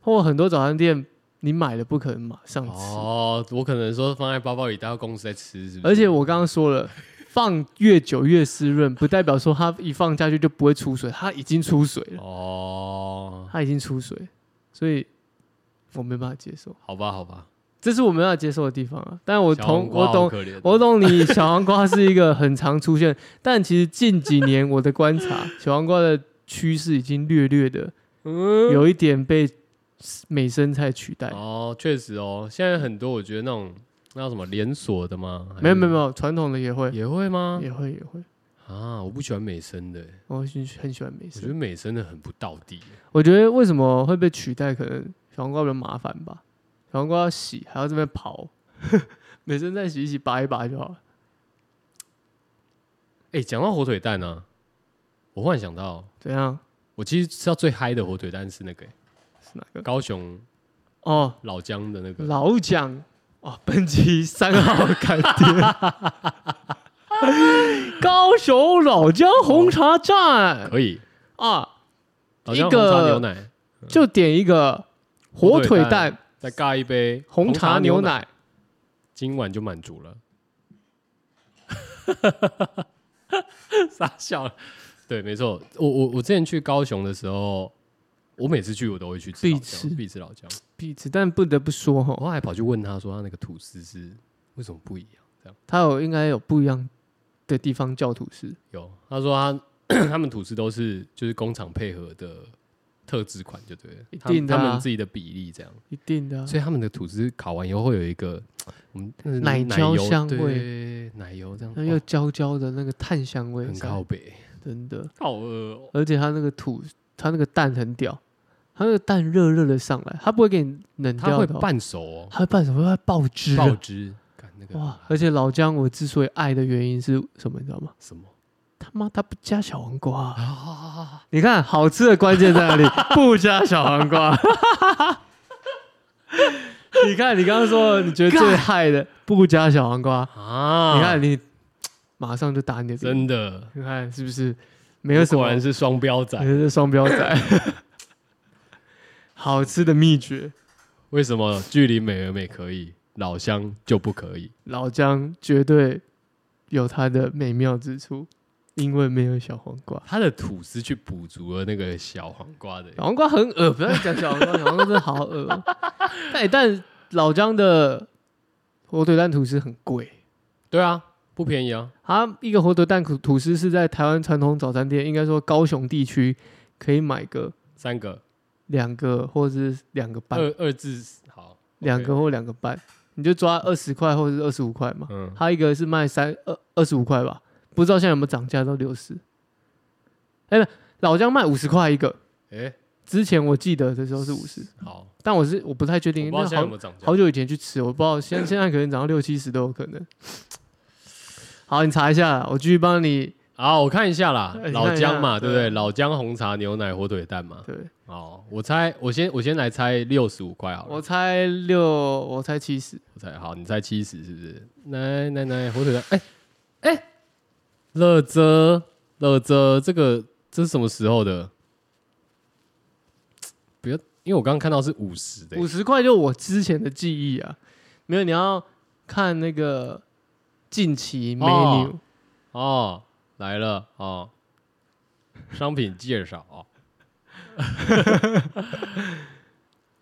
Speaker 2: 或很多早餐店，你买了不可能马上吃，
Speaker 1: 哦，我可能说放在包包里带到公司再吃，是不是？
Speaker 2: 而且我刚刚说了，放越久越湿润，不代表说它一放下去就不会出水，它已经出水了，
Speaker 1: 哦，
Speaker 2: 它已经出水，所以我没办法接受，
Speaker 1: 好吧，好吧，
Speaker 2: 这是我没办法接受的地方啊。但我
Speaker 1: 小黄
Speaker 2: 同
Speaker 1: 瓜
Speaker 2: 我
Speaker 1: 好
Speaker 2: 懂
Speaker 1: 可怜，
Speaker 2: 我懂你，小黄瓜是一个很常出现，但其实近几年我的 观察，小黄瓜的趋势已经略略的
Speaker 1: 嗯，
Speaker 2: 有一点被美生菜取代。
Speaker 1: 哦，确实哦，现在很多我觉得那种那叫什么连锁的吗？还是
Speaker 2: 没有没有没有，传统的也会，
Speaker 1: 也会吗？
Speaker 2: 也会也会。
Speaker 1: 啊，我不喜欢美声的欸，
Speaker 2: 我很很喜欢美
Speaker 1: 我觉得
Speaker 2: 生，
Speaker 1: 美声的很不到地。
Speaker 2: 我觉得为什么会被取代，可能小黄瓜比较麻烦吧。小黄瓜要洗，还要这边刨， 美生菜洗一洗，拔一拔就好了。
Speaker 1: 哎、讲到火腿蛋啊，我忽然想到，
Speaker 2: 怎样？
Speaker 1: 我其实吃到最嗨的火腿蛋是那个欸、
Speaker 2: 是哪个？
Speaker 1: 高雄
Speaker 2: 哦，
Speaker 1: 老姜的那个，
Speaker 2: 老蒋哇，本集三号干爹， 高雄老姜红茶站、
Speaker 1: 可以，
Speaker 2: 啊，
Speaker 1: 老姜
Speaker 2: 嗯一
Speaker 1: 红
Speaker 2: 个
Speaker 1: 茶牛奶，
Speaker 2: 就点一个火腿蛋
Speaker 1: 再尬一杯
Speaker 2: 红茶牛
Speaker 1: 奶，
Speaker 2: 奶，
Speaker 1: 今晚就满足了。 傻笑了，对，没错，我我我之前去高雄的时候，我每次去我都会去吃
Speaker 2: 必
Speaker 1: 老
Speaker 2: 吃
Speaker 1: 姜，必吃老姜。
Speaker 2: 必吃。但不得不说
Speaker 1: 我
Speaker 2: 哦哈，
Speaker 1: 后来跑去问他说，他那个吐司是为什么不一样？这样
Speaker 2: 它有应该有不一样的地方叫吐司
Speaker 1: 有，他 说他他们吐司都是就是工厂配合的特制款，就对了，
Speaker 2: 一
Speaker 1: 他们
Speaker 2: 定的啊
Speaker 1: 他们自己的比例这样，
Speaker 2: 一定的啊、
Speaker 1: 所以他们的吐司烤完以后会有一个我们那是
Speaker 2: 奶
Speaker 1: 油
Speaker 2: 胶香
Speaker 1: 对
Speaker 2: 味
Speaker 1: 奶油这样，
Speaker 2: 那又
Speaker 1: 哦
Speaker 2: 焦焦的那个炭香味
Speaker 1: 很
Speaker 2: 在，
Speaker 1: 靠北，
Speaker 2: 真的。
Speaker 1: 好饿哦，
Speaker 2: 而且它那个土，它那个蛋很屌，它那个蛋热热的上来，它不会给你冷
Speaker 1: 它
Speaker 2: 掉
Speaker 1: 会
Speaker 2: 的哦、
Speaker 1: 半熟哦，
Speaker 2: 它会拌什么？它会爆汁、啊，
Speaker 1: 爆汁，干那个
Speaker 2: 哇！而且老姜我之所以爱的原因是什么？你知道吗？
Speaker 1: 什么
Speaker 2: 他妈他不加小黄瓜啊、
Speaker 1: 啊？
Speaker 2: 你看 好吃的关键在哪里？不加小黄瓜。 你看，你刚刚说你觉得最害的不加小黄瓜，
Speaker 1: 啊！
Speaker 2: 你看你马上就打你的脸，
Speaker 1: 真的
Speaker 2: 你看是不是？没有什
Speaker 1: 果
Speaker 2: 么
Speaker 1: 然，是双标仔
Speaker 2: 你。是双标仔。 好吃的秘诀，
Speaker 1: 为什么距离美而美可以，老乡就不可以？
Speaker 2: 老姜绝对有它的美妙之处，因为没有小黄瓜。
Speaker 1: 它的吐司去补足了那个小黄瓜的
Speaker 2: 小黄瓜很恶，不要讲小黄瓜，小黄瓜真的好 恶、哦。哎，但老姜的火腿蛋吐司很贵，
Speaker 1: 对啊，不便宜啊，
Speaker 2: 它一个火腿蛋吐吐司是在台湾传统早餐店，应该说高雄地区可以买个
Speaker 1: 三个
Speaker 2: 两个或者是两个半，
Speaker 1: 二二至好
Speaker 2: 两个，或两个半，你就抓二十块或者是二十五块嘛
Speaker 1: OK。嗯，
Speaker 2: 它一个是卖三二二十五块吧，不知道现在有没有涨价到六十。哎，老姜卖五十块一个，
Speaker 1: 哎，
Speaker 2: 之前我记得的时候是五十，
Speaker 1: 好，
Speaker 2: 但我是我不太确
Speaker 1: 我不
Speaker 2: 定，
Speaker 1: 知
Speaker 2: 那
Speaker 1: 道现在有
Speaker 2: 好
Speaker 1: 没有涨价
Speaker 2: 好，久以前去吃，我不知道 现在现在可能涨到六七十都有可能。好，你查一下，我继续帮你。
Speaker 1: 好，我看一下啦
Speaker 2: 哎，你
Speaker 1: 老
Speaker 2: 看一
Speaker 1: 姜
Speaker 2: 下
Speaker 1: 嘛，对不对？
Speaker 2: 对
Speaker 1: 老姜红茶牛奶火腿蛋嘛，
Speaker 2: 对
Speaker 1: 哦，我猜，我先我先来猜六十五块好了，
Speaker 2: 我猜六，我猜七十，
Speaker 1: 我猜好，你猜七十是不是？来来来，火腿蛋，哎哎，乐泽乐泽，这个这是什么时候的？不要，因为我刚刚看到是五十的
Speaker 2: 五，十块就我之前的记忆啊。没有，你要看那个近期 menu，、
Speaker 1: 哦哦，来了哦，商品介 绍哦。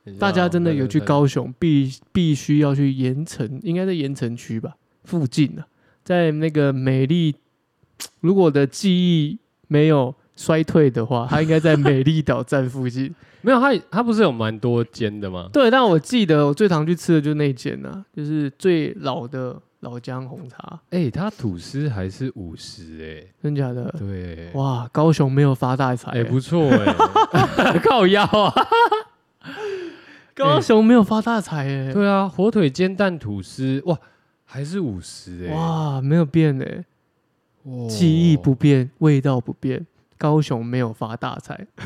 Speaker 1: 等一下
Speaker 2: 大家
Speaker 1: 哦
Speaker 2: 真的
Speaker 1: 来
Speaker 2: 有
Speaker 1: 来
Speaker 2: 去
Speaker 1: 来
Speaker 2: 高雄必必须要去盐城，应该在盐城区吧附近啊，在那个美丽，如果我的记忆没有衰退的话，它应该在美丽岛站附近。
Speaker 1: 没有它它不是有蛮多间的吗？
Speaker 2: 对，但我记得我最常去吃的就是那间啊，就是最老的老姜红茶，
Speaker 1: 哎、它吐司还是五十
Speaker 2: 真假的
Speaker 1: 哎，？对，
Speaker 2: 呃哇，高雄没有发大财、欸
Speaker 1: 哎、不错哎、 靠腰啊，
Speaker 2: 高雄没有发大财欸耶、
Speaker 1: 对啊，火腿煎蛋吐司哇，还是五十哎，
Speaker 2: 哇，哦没有变哎、
Speaker 1: 哇
Speaker 2: 记忆不，变，味道不变，高雄没有发大财。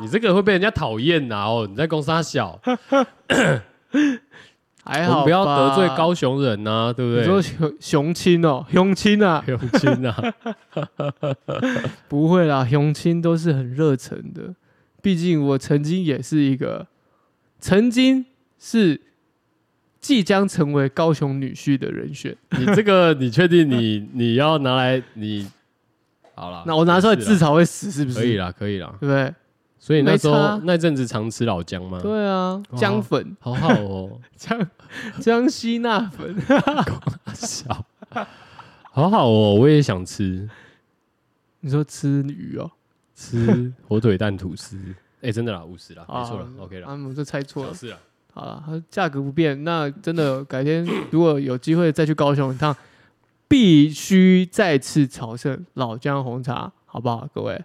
Speaker 1: 你这个会被人家讨厌呐哦，你在公司小，我
Speaker 2: 还好
Speaker 1: 们不要得罪
Speaker 2: 吧，
Speaker 1: 高雄人呐、对不
Speaker 2: 你
Speaker 1: 对？
Speaker 2: 说雄雄青哦，雄青啊，
Speaker 1: 雄心啊，
Speaker 2: 不会啦，雄青都是很热忱的，毕竟我曾经也是一个，曾经是即将成为高雄女婿的人选。
Speaker 1: 你这个你确定你你要拿来你好了？
Speaker 2: 那我拿出来自
Speaker 1: 嘲，
Speaker 2: 嘲会死是不是？
Speaker 1: 啊可以啊嗯
Speaker 2: 了，
Speaker 1: 啦，可以啦
Speaker 2: 对。不对？
Speaker 1: 所以那时
Speaker 2: 没
Speaker 1: 候
Speaker 2: 差
Speaker 1: 那阵子常吃老姜吗？，
Speaker 2: 对啊，
Speaker 1: 哦
Speaker 2: 姜粉、
Speaker 1: 好好哦，
Speaker 2: 姜姜希纳粉，
Speaker 1: 小，好好哦，我也想吃
Speaker 2: 你说吃鱼哦？
Speaker 1: 吃火腿蛋吐司。 哎、真的啦，五十啦，没错了
Speaker 2: 啊
Speaker 1: ，OK 啦，
Speaker 2: 啊，我就猜错
Speaker 1: 小
Speaker 2: 了。
Speaker 1: 事啦。
Speaker 2: 好了，它价格不变，那真的改天如果有机会再去高雄一趟，必须再次朝圣老姜红茶，好不好，各位？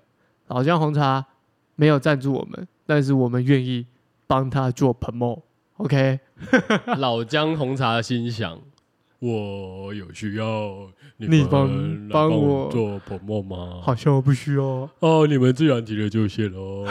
Speaker 2: 老姜红茶没有赞助我们，但是我们愿意帮他做 promo，OK？、
Speaker 1: 老姜红茶心想：我有需要，你
Speaker 2: 你帮
Speaker 1: 们来
Speaker 2: 帮
Speaker 1: 我
Speaker 2: 我
Speaker 1: 做 promo 吗？
Speaker 2: 好像我不需要哦。
Speaker 1: 哦，你们自然提了就谢 喽。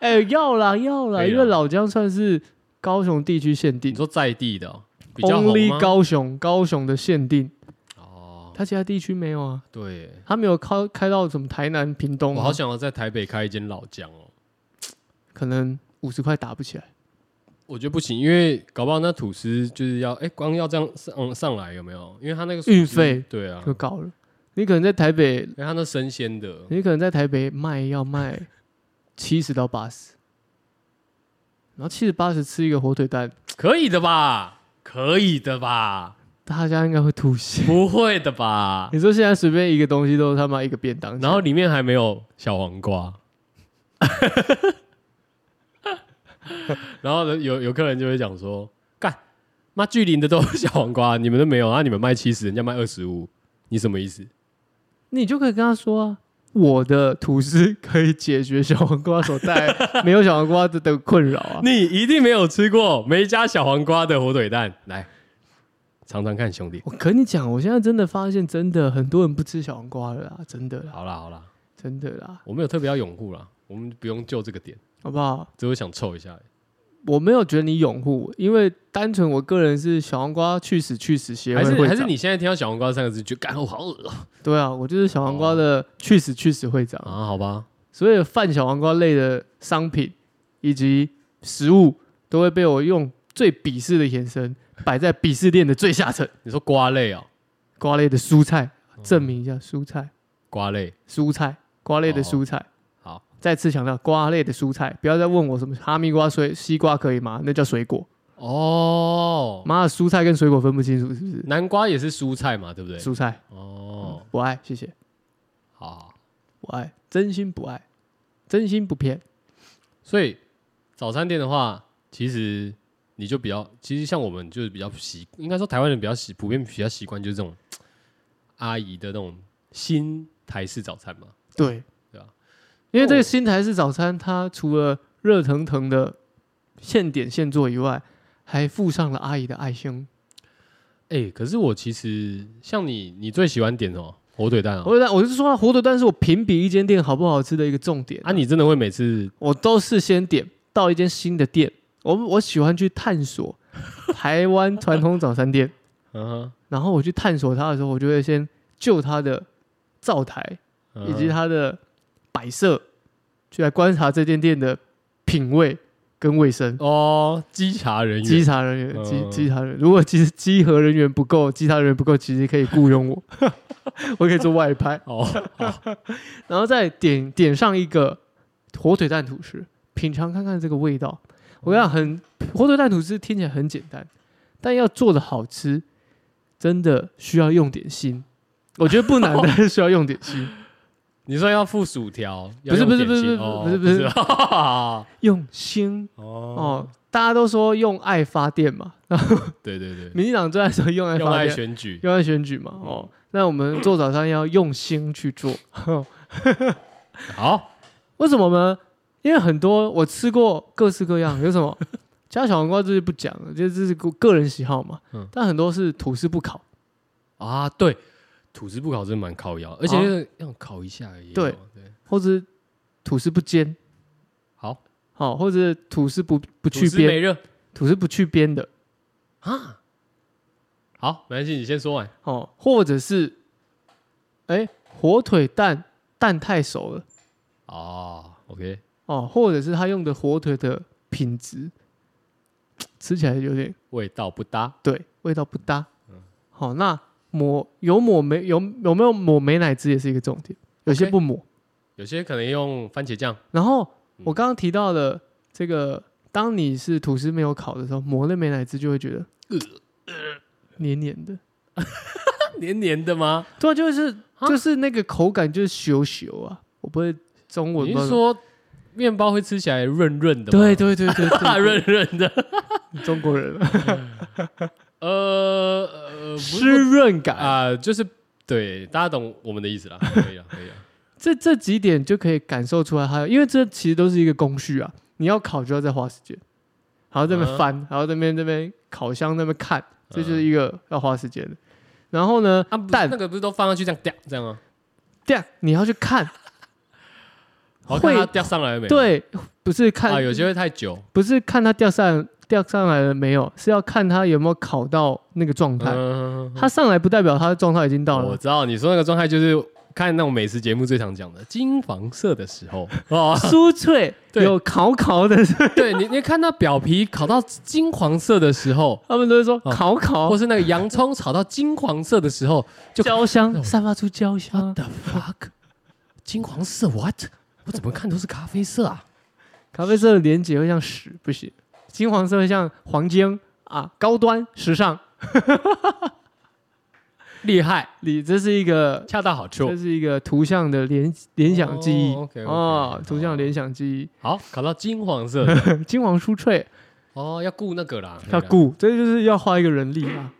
Speaker 2: 哎、要啦要啦，
Speaker 1: 可以啦
Speaker 2: 因为老姜算是高雄地区限
Speaker 1: 你
Speaker 2: 定
Speaker 1: 说在地的、哦、比较红
Speaker 2: ，Only
Speaker 1: 吗？
Speaker 2: 高雄高雄的限定，
Speaker 1: 哦，
Speaker 2: 它其他地区没有啊，
Speaker 1: 对耶，
Speaker 2: 它没有开开到什么台南、屏东啊、
Speaker 1: 我好想要在台北开一间老姜哦。
Speaker 2: 可能五十块打不起来。
Speaker 1: 我觉得不行，因为搞不好那吐司就是要哎、光要这样上上来有没有？因为它那个吐司
Speaker 2: 运费
Speaker 1: 对啊，
Speaker 2: 就高了。你可能在台北，
Speaker 1: 因为它那生鲜的
Speaker 2: 你可能在台北卖要卖七十到八十，然后七十八十吃一个火腿蛋，
Speaker 1: 可以的吧？可以的吧？
Speaker 2: 大家应该会吐血。
Speaker 1: 不会的吧？
Speaker 2: 你说现在随便一个东西都他妈一个便当钱，
Speaker 1: 然后里面还没有小黄瓜， 然后呢有有客人就会讲说，干妈巨林的都有小黄瓜，你们都没有啊？你们卖七十，人家卖二十五，你什么意思？
Speaker 2: 你就可以跟他说啊，我的吐司可以解决小黄瓜所 带没有小黄瓜的的困扰啊。
Speaker 1: 你一定没有吃过没加小黄瓜的火腿蛋，来尝尝看，兄弟。
Speaker 2: 我跟你讲，我现在真的发现，真的很多人不吃小黄瓜了啦，真的啦，
Speaker 1: 好啦好啦，
Speaker 2: 真的啦，
Speaker 1: 我没有特别要拥护啦，我们不用就这个点，
Speaker 2: 好不好？
Speaker 1: 只是想凑一下而已。
Speaker 2: 我没有觉得你拥护我，因为单纯我个人是小黄瓜去死去死协
Speaker 1: 还
Speaker 2: 会会
Speaker 1: 是
Speaker 2: 长
Speaker 1: 还是你现在听到小黄瓜三个字，觉得干我好恶哦
Speaker 2: 对啊，我就是小黄瓜的去死去死会长，
Speaker 1: 啊？好吧，
Speaker 2: 所有泛小黄瓜类的商品以及食物都会被我用最鄙视的眼神摆在鄙视链的最下层。
Speaker 1: 你说瓜类哦，
Speaker 2: 瓜类的蔬菜，证明一下蔬菜，
Speaker 1: 瓜类
Speaker 2: 蔬菜，瓜类的蔬菜。
Speaker 1: 哦好，
Speaker 2: 再次强调，瓜类的蔬菜，不要再问我什么哈密瓜、水西瓜可以吗？那叫水果。
Speaker 1: 哦，
Speaker 2: 妈的，蔬菜跟水果分不清楚是不是？
Speaker 1: 南瓜也是蔬菜嘛，对不对？
Speaker 2: 蔬菜
Speaker 1: 哦，
Speaker 2: 不爱，谢谢，
Speaker 1: 好，
Speaker 2: 不爱，真心不爱，真心不骗。
Speaker 1: 所以早餐店的话，其实你就比较，其实像我们就是比较习，应该说台湾人比较习，普遍比较习惯就是这种嘖阿姨的那种新台式早餐嘛。
Speaker 2: 对，
Speaker 1: 对啊，
Speaker 2: 因为这个新台式早餐，它除了热腾腾的现点现做以外，还附上了阿姨的爱心。
Speaker 1: 哎、可是我其实像你，你最喜欢点什么？火腿蛋啊、
Speaker 2: 火腿蛋，我是说火腿蛋是我评比一间店好不好吃的一个重点
Speaker 1: 啊，你真的会每次
Speaker 2: 我都是先点到一间新的店，我我喜欢去 探索台湾传统早餐店，
Speaker 1: 嗯
Speaker 2: 然后我去探索它的时候，我就会先就它的灶台
Speaker 1: 哼，
Speaker 2: 以及它的摆设，去来观察这间店的品味跟卫生。
Speaker 1: 哦，稽查人
Speaker 2: 稽
Speaker 1: 员
Speaker 2: 查人员，稽
Speaker 1: 嗯
Speaker 2: 稽查人员，如果其实稽核人员不够，稽查人员不够，其实可以雇佣我，我可以做外拍，
Speaker 1: 哦，
Speaker 2: 然后再点点上一个火腿蛋吐司，品尝看看这个味道。我跟你讲，很火腿蛋吐司听起来很简单，但要做的好吃，真的需要用点心。我觉得不难，但是需要用点心，
Speaker 1: 你说要附薯条？
Speaker 2: 不
Speaker 1: 要
Speaker 2: 是
Speaker 1: 用
Speaker 2: 不是
Speaker 1: 点
Speaker 2: 不是
Speaker 1: 心
Speaker 2: 不是不是不是
Speaker 1: 哦
Speaker 2: 用心
Speaker 1: 哦，
Speaker 2: 哦。大家都说用爱发电嘛，然后
Speaker 1: 对对对，
Speaker 2: 民进党最爱说用爱
Speaker 1: 用
Speaker 2: 发
Speaker 1: 爱
Speaker 2: 电，
Speaker 1: 选举，嗯
Speaker 2: 用爱选举嘛。哦，那我们做早餐要用心去做，
Speaker 1: 好，
Speaker 2: 为什么呢？因为很多我吃过各式各样，有什么加小黄瓜这些不讲了，这这是个个人喜好嘛。
Speaker 1: 嗯
Speaker 2: 但很多是吐司不烤，
Speaker 1: 啊，对，吐司不烤真的蛮靠腰，而且就是要烤一下而已哦。
Speaker 2: 哦对
Speaker 1: 对，
Speaker 2: 或者吐司不煎，
Speaker 1: 好，
Speaker 2: 好、或者吐司不不
Speaker 1: 不
Speaker 2: 去
Speaker 1: 没
Speaker 2: 边，
Speaker 1: 热
Speaker 2: 吐司不去边的，
Speaker 1: 啊。好，没关系，你先说完。
Speaker 2: 哦，或者是，哎，火腿蛋蛋太熟了，
Speaker 1: 哦，OK，
Speaker 2: 哦，或者是他用的火腿的品质，吃起来有点
Speaker 1: 味道不搭，
Speaker 2: 对，味道不搭。
Speaker 1: 嗯
Speaker 2: 好，那抹有抹没有有没有抹美乃滋也是一个重点，有些
Speaker 1: OK
Speaker 2: 不抹。
Speaker 1: 有些可能用番茄酱，
Speaker 2: 然后
Speaker 1: 嗯
Speaker 2: 我刚刚提到的这个，当你是吐司没有烤的时候，抹那美乃滋就会觉得呃黏黏的，
Speaker 1: 黏黏的吗？
Speaker 2: 对啊，就是
Speaker 1: 啊
Speaker 2: 就是那个口感就是咻咻啊，我不会中文
Speaker 1: 你
Speaker 2: 不知
Speaker 1: 是
Speaker 2: 道
Speaker 1: 说面包会吃起来润润的吗？
Speaker 2: 对对对对
Speaker 1: 大
Speaker 2: 对，
Speaker 1: 润润的，
Speaker 2: 对中国人啊
Speaker 1: 呃呃，不
Speaker 2: 湿润感
Speaker 1: 啊、就是对，大家懂我们的意思啦，可以了， 可以了。啊
Speaker 2: 这这几点就可以感受出来它，因为这其实都是一个工序啊，你要烤就要再花时间，然后这边
Speaker 1: 嗯
Speaker 2: 翻，然后这边这边烤箱那边看，这就是一个要花时间的。然后呢，
Speaker 1: 啊，不是
Speaker 2: 蛋
Speaker 1: 那个不是都放上去这样掉这样啊吗？
Speaker 2: 这样你要去看，
Speaker 1: 好看它
Speaker 2: 会
Speaker 1: 掉上来了没？
Speaker 2: 对，不是看、
Speaker 1: 啊，有些会太久。
Speaker 2: 不是看它掉上掉上来了没有，是要看它有没有烤到那个状态。
Speaker 1: 嗯，
Speaker 2: 它上来不代表它的状态已经到
Speaker 1: 我
Speaker 2: 了，
Speaker 1: 知道你说那个状态就是看那种美食节目最常讲的金黄色的时候哦，
Speaker 2: 酥脆
Speaker 1: 对
Speaker 2: 有烤烤的，
Speaker 1: 对你你看到表皮烤到金黄色的时候，
Speaker 2: 他们都会说
Speaker 1: 哦
Speaker 2: 烤烤
Speaker 1: 或是那个洋葱炒到金黄色的时候就哦
Speaker 2: 焦香，
Speaker 1: 种
Speaker 2: 散发出焦香
Speaker 1: ，What。the fuck，金黄色 What？我怎么看都是咖啡色啊！
Speaker 2: 咖啡色的连结会像屎，不行；金黄色会像黄金啊，高端时尚。
Speaker 1: 厉害，
Speaker 2: 你这是一个，
Speaker 1: 恰到好处
Speaker 2: 这。是一个图像的联联想记忆
Speaker 1: 哦，OK，OK，
Speaker 2: 哦
Speaker 1: 好
Speaker 2: 图像联想记
Speaker 1: 好，烤到金黄 色的
Speaker 2: 忆，金黄酥脆，
Speaker 1: 哦，要顾那个啦，
Speaker 2: 要顾，这就是要花一个人力 啊，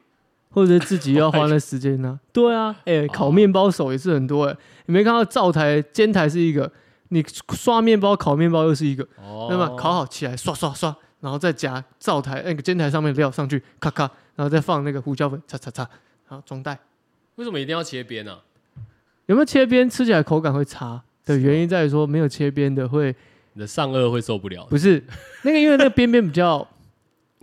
Speaker 2: 或者是自己要花那时间呢、啊。对啊，哎、
Speaker 1: 哦
Speaker 2: 烤面包手也是很多哎、你没看到灶台、煎台是一个，你刷面包、烤面包又是一个，
Speaker 1: 哦，
Speaker 2: 那么烤好起来，刷刷刷，然后再夹灶台哎那个煎台上面的料上去，咔咔，然后再放那个胡椒粉，擦擦擦，然后装袋。
Speaker 1: 为什么一定要切边啊呢、
Speaker 2: 有没有切边？吃起来口感会差的原因在于说，没有切边的会
Speaker 1: 你的上颚会受不了。
Speaker 2: 不是那个，因为那个边边比较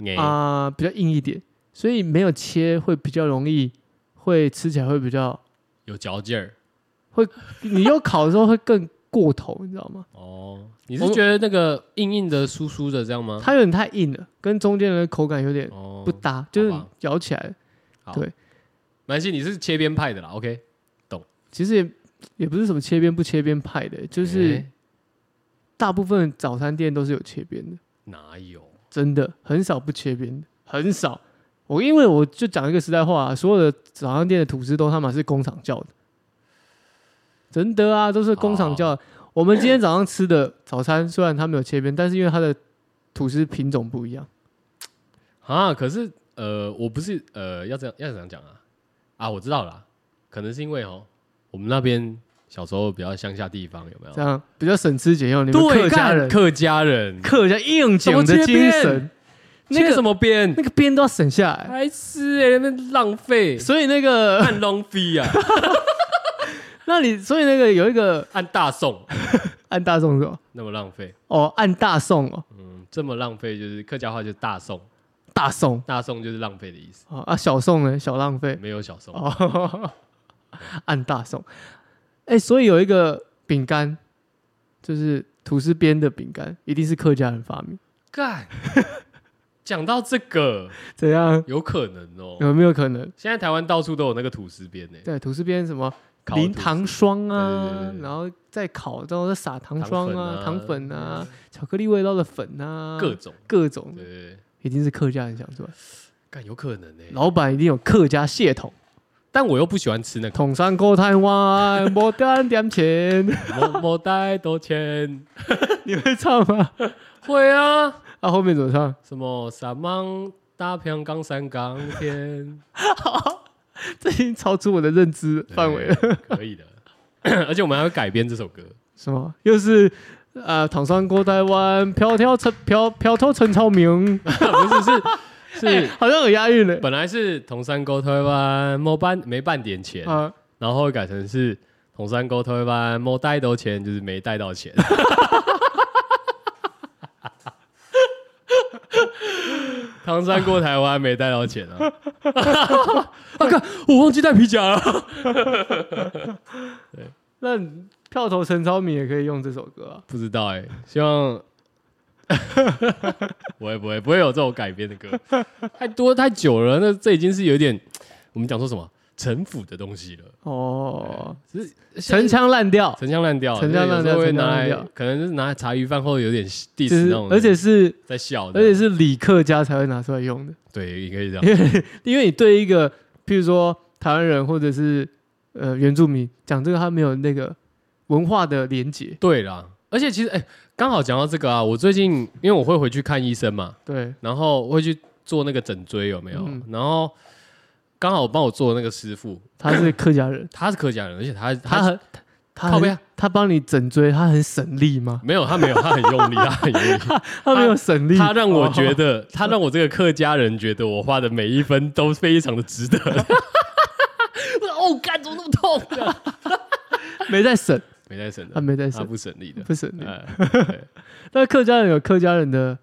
Speaker 1: 哎、
Speaker 2: 啊、比较硬一点，所以没有切会比较容易，会吃起来会比较，
Speaker 1: 有嚼劲儿
Speaker 2: 你又烤的时候会更过头，你知道吗？
Speaker 1: 哦。你是
Speaker 2: 我
Speaker 1: 觉得那个硬硬的、酥酥的这样吗？
Speaker 2: 它有点太硬了，跟中间的口感有点
Speaker 1: 哦，
Speaker 2: 不搭，就是
Speaker 1: 好吧
Speaker 2: 咬起来
Speaker 1: 蛮系你是切边派的啦。OK，
Speaker 2: 其实也也不是什么切边不切边派的，就是
Speaker 1: 哎
Speaker 2: 大部分早餐店都是有切边的，
Speaker 1: 哪有？
Speaker 2: 真的很少不切边的，很少。我因为我就讲一个实在话、啊，所有的早餐店的吐司都他妈是工厂叫的，真的啊，都是工厂叫的。我们今天早上吃的早餐虽然它没有切边，但是因为它的吐司品种不一样，
Speaker 1: 啊，可是呃，我不是呃，要这样要怎样讲啊？啊，我知道了啦，可能是因为哦，我们那边小时候比较乡下地方，有没
Speaker 2: 这
Speaker 1: 有？
Speaker 2: 样比较省吃俭用。你们
Speaker 1: 对，
Speaker 2: 哦客家
Speaker 1: 干
Speaker 2: 人，
Speaker 1: 客家人
Speaker 2: 客家应
Speaker 1: 怎
Speaker 2: 景的
Speaker 1: 么切
Speaker 2: 精
Speaker 1: 边
Speaker 2: 神，那
Speaker 1: 切
Speaker 2: 个
Speaker 1: 什么边？
Speaker 2: 那个边都要省下来。
Speaker 1: 还吃哎，那边浪费，
Speaker 2: 所以那个
Speaker 1: 按浪费啊，
Speaker 2: 那你所以那个有一个
Speaker 1: 按大宋
Speaker 2: 按大宋是吧？
Speaker 1: 那么浪费，
Speaker 2: 哦，按大宋哦，
Speaker 1: 嗯，这么浪费就是客家话就是大宋，
Speaker 2: 大宋
Speaker 1: 大宋就是浪费的意思，
Speaker 2: 哦啊，小宋呢？小浪费
Speaker 1: 没有小宋。
Speaker 2: 哦， 按大宋。哎，所以有一个饼干，就是吐司边的饼干，一定是客家人发明。
Speaker 1: 干，讲到这个，
Speaker 2: 怎样？
Speaker 1: 有可能哦。
Speaker 2: 有没有可能？
Speaker 1: 现在台湾到处都有那个吐司边呢，
Speaker 2: 嗯
Speaker 1: 欸
Speaker 2: 对，吐司边什么
Speaker 1: 烤
Speaker 2: 淋
Speaker 1: 吐司
Speaker 2: 糖霜啊
Speaker 1: 对对对，对
Speaker 2: 然后再烤，然后再撒糖霜啊、
Speaker 1: 糖
Speaker 2: 糖
Speaker 1: 粉啊
Speaker 2: 粉啊、巧克力味道的粉啊，
Speaker 1: 各种，
Speaker 2: 各种
Speaker 1: 对，对对，
Speaker 2: 一定是客家人想出来。
Speaker 1: 干有可能呢。
Speaker 2: 老板一定有客家血统。
Speaker 1: 但我又不喜欢吃那 个，
Speaker 2: 同山过台湾，无单点 钱。
Speaker 1: 我我带多钱，
Speaker 2: 你会唱吗？
Speaker 1: 会啊，
Speaker 2: 啊，后面怎么唱？
Speaker 1: 什么三芒大平冈三冈天
Speaker 2: 这已经超出我的认知 范围了。
Speaker 1: 对可以的。 而且我们还会改编这首歌，
Speaker 2: 什么？又是呃，唐山过台湾，飘飘陈飘飘头陈超明，
Speaker 1: 不是是
Speaker 2: 哎
Speaker 1: 是，
Speaker 2: 好像有押韵嘞。
Speaker 1: 本来是同山沟推湾摸半没半点钱，
Speaker 2: 啊，
Speaker 1: 然后改成是同山沟推湾摸带到钱，就是没带到钱。 唐山过台湾没带到钱啊！啊，看我忘记带皮夹了。
Speaker 2: 那票头陈超明也可以用这首歌啊。
Speaker 1: 不知道哎、希望 不会不会不会有这种改编的歌，太多太久了，那这已经是有点我们讲说什么城府的东西了。
Speaker 2: 哦，
Speaker 1: 只是
Speaker 2: 陈腔滥调，
Speaker 1: 陈腔滥调，
Speaker 2: 陈腔滥调
Speaker 1: 就是有时候会拿
Speaker 2: 陈
Speaker 1: 来
Speaker 2: 腔滥调，
Speaker 1: 可能就是拿来茶余饭后有点
Speaker 2: 就
Speaker 1: diss 那
Speaker 2: 是
Speaker 1: 种，
Speaker 2: 而且是
Speaker 1: 在笑的，
Speaker 2: 而且是理客家才会拿出来用的。
Speaker 1: 对，也可以这样，
Speaker 2: 因为因为你对一个譬如说台湾人或者是呃原住民讲这个，他没有那个文化的连结，
Speaker 1: 对啦。而且其实，哎、刚好讲到这个啊，我最近因为我会回去看医生嘛，
Speaker 2: 对，
Speaker 1: 然后会去做那个整椎有没有？
Speaker 2: 嗯
Speaker 1: 然后刚好帮我做的那个师傅，，
Speaker 2: 他是客家人
Speaker 1: 他是客家人，而且他 他
Speaker 2: 他很他
Speaker 1: 靠背啊
Speaker 2: 很他帮你整椎，他很省力吗？
Speaker 1: 没有，他没有， 他很用力，他很用力。
Speaker 2: 他没有省力，
Speaker 1: 他让我觉
Speaker 2: 哦
Speaker 1: 得，他让我这个客家人觉得我花的每一分都非常的值 得。哦，干怎么那么痛？这样
Speaker 2: 没 在省，
Speaker 1: 没在省的
Speaker 2: 他，没在
Speaker 1: 他
Speaker 2: 省，
Speaker 1: 不省力的。
Speaker 2: 不省力。
Speaker 1: 哎 对
Speaker 2: 那客家人有客家人的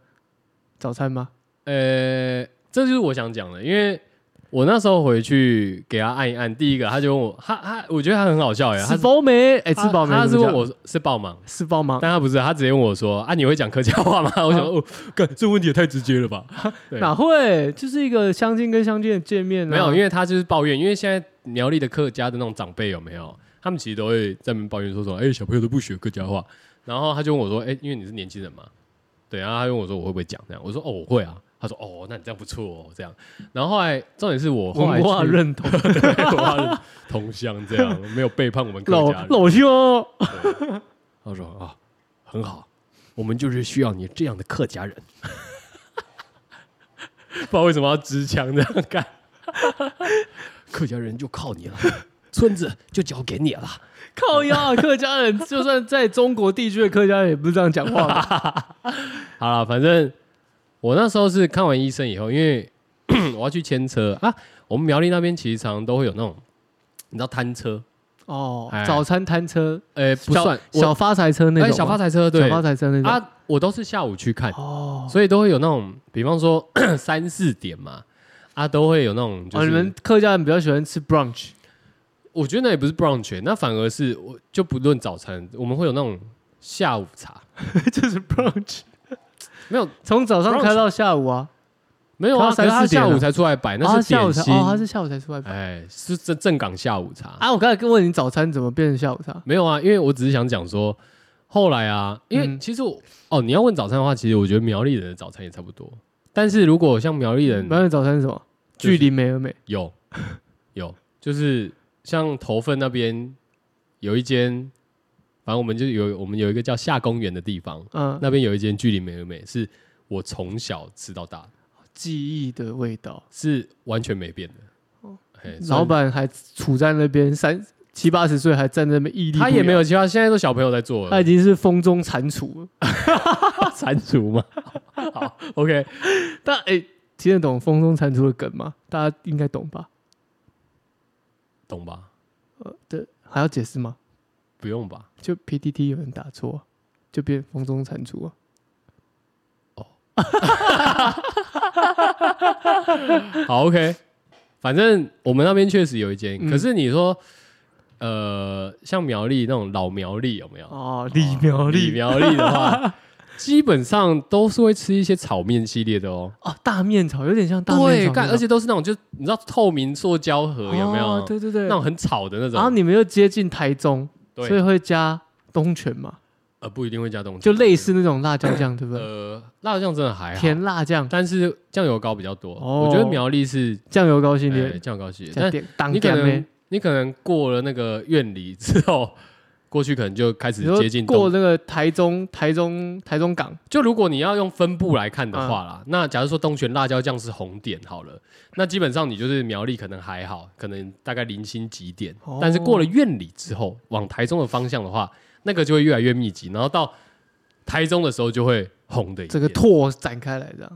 Speaker 2: 早餐吗？
Speaker 1: 呃，这就是我想讲的，因为我那时候回去给他按一按，第一个他就问我，他他我觉得他很好笑哎，他
Speaker 2: 吃饱没？哎，
Speaker 1: 他
Speaker 2: 吃饱没？
Speaker 1: 他是
Speaker 2: 怎么
Speaker 1: 问
Speaker 2: 讲
Speaker 1: 我是爆吗？
Speaker 2: 吃饱吗？
Speaker 1: 但他不是，他直接问我说啊，你会讲客家话吗？ 我想
Speaker 2: 啊
Speaker 1: 哦，干这问题也太直接了吧？对
Speaker 2: 哪会？就是一个相亲跟相亲的见面啊，
Speaker 1: 没有，因为他就是抱怨，因为现在苗栗的客家的那种长辈有没有，他们其实都会在那边抱怨说什么，哎、小朋友都不学客家话。然后他就问我说，哎、因为你是年轻人嘛，对，然后他就问我说我会不会讲这样，我说哦我会啊，他说哦那你这样不错哦这样。然后后来重点是我后来
Speaker 2: 文化
Speaker 1: 去
Speaker 2: 认同，
Speaker 1: 对 文化认同乡这样，没有背叛我们客
Speaker 2: 老
Speaker 1: 家人。
Speaker 2: 老兄。
Speaker 1: 他说啊很好，我们就是需要你这样的客家人。 不知道为什么要支枪这样干， 客家人就靠你了，村子就交给你了。
Speaker 2: 靠腰啊，客家人就算在中国地区的客家人也不是这样讲话 的。
Speaker 1: 好了，反正我那时候是看完医生以后，因为 我要去牵车啊，我们苗栗那边其实常常都会有那种，你知道摊车，
Speaker 2: 哦
Speaker 1: 哎，
Speaker 2: 早餐摊车，
Speaker 1: 呃，不
Speaker 2: 小
Speaker 1: 算
Speaker 2: 小发财车那
Speaker 1: 我
Speaker 2: 种
Speaker 1: 哎
Speaker 2: 吗，
Speaker 1: 小发财车对
Speaker 2: 小发财车那种。
Speaker 1: 啊，我都是下午去看，
Speaker 2: 哦，
Speaker 1: 所以都会有那种，比方说 三四点嘛，啊，都会有那种就
Speaker 2: 哦，
Speaker 1: 是
Speaker 2: 你们客家人比较喜欢吃 brunch
Speaker 1: 我觉得那也不是 brunch，那反而是我就不论早餐，我们会有那种下午茶，
Speaker 2: 就是 brunch，
Speaker 1: 没有
Speaker 2: 从早上
Speaker 1: brunch
Speaker 2: 开到下午啊。
Speaker 1: 没有啊，可
Speaker 2: 开到
Speaker 1: 是他
Speaker 2: 三四点
Speaker 1: 下午
Speaker 2: 了
Speaker 1: 才出来摆，那
Speaker 2: 啊
Speaker 1: 是
Speaker 2: 下午
Speaker 1: 点
Speaker 2: 才
Speaker 1: 心，
Speaker 2: 哦，他是下午才出来吧。
Speaker 1: 哎，是正正港下午茶
Speaker 2: 啊，我刚才问你早餐怎么变成下午茶？
Speaker 1: 没有啊，因为我只是想讲说，后来啊，因为
Speaker 2: 嗯
Speaker 1: 其实我、哦，你要问早餐的话，其实我觉得苗栗人的早餐也差不多，但是如果像苗栗人
Speaker 2: 苗栗早餐是什么？
Speaker 1: 就是
Speaker 2: 距离美而美。
Speaker 1: 有有，就是像头份那边有一间，反正我们就有我们有一个叫夏公园的地方，
Speaker 2: 嗯，
Speaker 1: 那边有一间距离美而美，是我从小吃到大，
Speaker 2: 记忆的味道。
Speaker 1: 是完全没变的。嘿虽然
Speaker 2: 哦老板还处在那边三七八十岁，还站在那边屹立。
Speaker 1: 他也没，有其他，现在都小朋友在做
Speaker 2: 他
Speaker 1: 了
Speaker 2: 已，经是风中蟾蜍了。
Speaker 1: 蟾蜍嘛。 好，OK，
Speaker 2: 但哎、听得懂风中蟾蜍的梗吗？大家应该懂吧？
Speaker 1: 懂吧？
Speaker 2: 对，还要解释吗？
Speaker 1: 不用吧？
Speaker 2: 就 PPT 有人打错啊，就变风中蟾蜍啊。
Speaker 1: 好，OK，反正我们那边确实有一间，
Speaker 2: 嗯
Speaker 1: 可是你说，呃，像苗栗那种老苗栗有没有？
Speaker 2: 哦，李苗
Speaker 1: 栗
Speaker 2: 栗
Speaker 1: 苗栗的 话，基本上都是会吃一些炒面系列的哦。
Speaker 2: 哦，大面草有点像大
Speaker 1: 对，
Speaker 2: 面草那
Speaker 1: 干，
Speaker 2: 种，
Speaker 1: 而且都是那种就你知道透明塑胶盒有没有？
Speaker 2: 哦对对对
Speaker 1: 那，种很吵的那
Speaker 2: 然后
Speaker 1: 种。
Speaker 2: 你们又接近台中，
Speaker 1: 对
Speaker 2: 所以会加东泉嘛，
Speaker 1: 呃，不一定会加东西，
Speaker 2: 就类似那种辣椒酱，对不对？
Speaker 1: 呃辣酱真的还好，
Speaker 2: 甜辣酱、
Speaker 1: 但是酱油膏比较多。
Speaker 2: 哦
Speaker 1: 我觉得苗栗是
Speaker 2: 酱油高兴
Speaker 1: 呃
Speaker 2: 点，
Speaker 1: 酱油膏系列，
Speaker 2: 加
Speaker 1: 但
Speaker 2: 点当
Speaker 1: 你可
Speaker 2: 点
Speaker 1: 能
Speaker 2: 咩？
Speaker 1: 你可能过了那个院里之后，过去可能就开始
Speaker 2: 你说
Speaker 1: 接近
Speaker 2: 过
Speaker 1: 东。
Speaker 2: 那个台中、台中、台中港，
Speaker 1: 就如果你要用分布来看的话
Speaker 2: 嗯
Speaker 1: 啦，那假如说东泉辣椒酱是红点好了，那基本上你就是苗栗可能还好，可能大概零星几点，
Speaker 2: 哦
Speaker 1: 但是过了院里之后，往台中的方向的话，那个就会越来越密集，然后到台中的时候就会红的一
Speaker 2: 这个
Speaker 1: 片
Speaker 2: 拓展开来这样。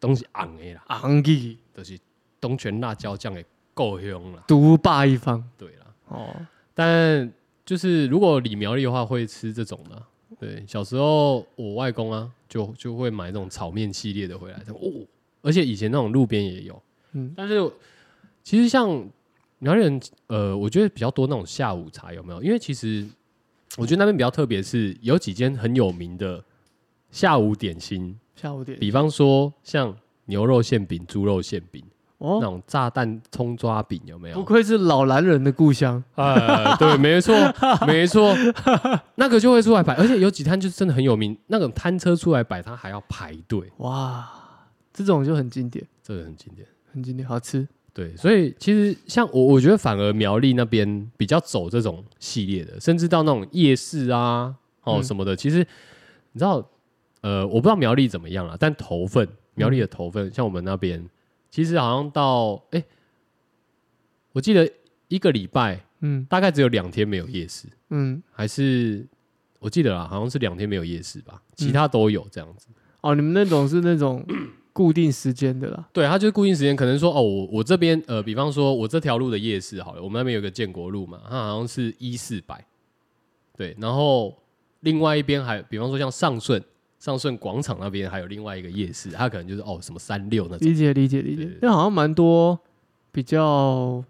Speaker 1: 东西昂的啦，
Speaker 2: 昂记
Speaker 1: 就是东泉辣椒酱也够香啦，
Speaker 2: 独霸一方
Speaker 1: 对啦。
Speaker 2: 哦，
Speaker 1: 但就是如果李苗栗的话，会吃这种的啊。对，小时候我外公啊，就就会买这种炒面系列的回来。哦，而且以前那种路边也有。
Speaker 2: 嗯
Speaker 1: 但是其实像苗栗人，呃，我觉得比较多那种下午茶有没有？因为其实我觉得那边比较特别，是有几间很有名的下午点心，
Speaker 2: 下午点
Speaker 1: 比方说像牛肉馅饼、猪肉馅饼、那
Speaker 2: 哦，
Speaker 1: 种炸弹葱抓饼有没有？
Speaker 2: 不愧是老男人的故乡
Speaker 1: 呃，对，没错，没错，那个就会出来摆，而且有几摊就是真的很有名，那种摊车出来摆，它还要排队，
Speaker 2: 哇，这种就很经典，
Speaker 1: 这个很经典。
Speaker 2: 很经典，好吃
Speaker 1: 对，所以其实像我，我觉得反而苗栗那边比较走这种系列的，甚至到那种夜市啊，哦、
Speaker 2: 嗯
Speaker 1: 什么的，其实你知道，呃，我不知道苗栗怎么样了，但头份苗栗的头份，像我们那边，其实好像到哎、我记得一个礼拜
Speaker 2: 嗯
Speaker 1: 大概只有两天没有夜市。
Speaker 2: 嗯，
Speaker 1: 还是我记得啦，好像是两天没有夜市吧，
Speaker 2: 嗯
Speaker 1: 其他都有这样子。
Speaker 2: 哦，你们那种是 那种固定时间的啦，
Speaker 1: 对，它就是固定时间，可能说哦，我我这边呃，比方说我这条路的夜市好了，我们那边有个建国路嘛，它好像是一四百，对，然后另外一边还比方说像上顺上顺广场那边还有另外一个夜市，它可能就是哦什么三六那种，
Speaker 2: 理解理解理
Speaker 1: 对
Speaker 2: 解
Speaker 1: 对，
Speaker 2: 那好像蛮多比较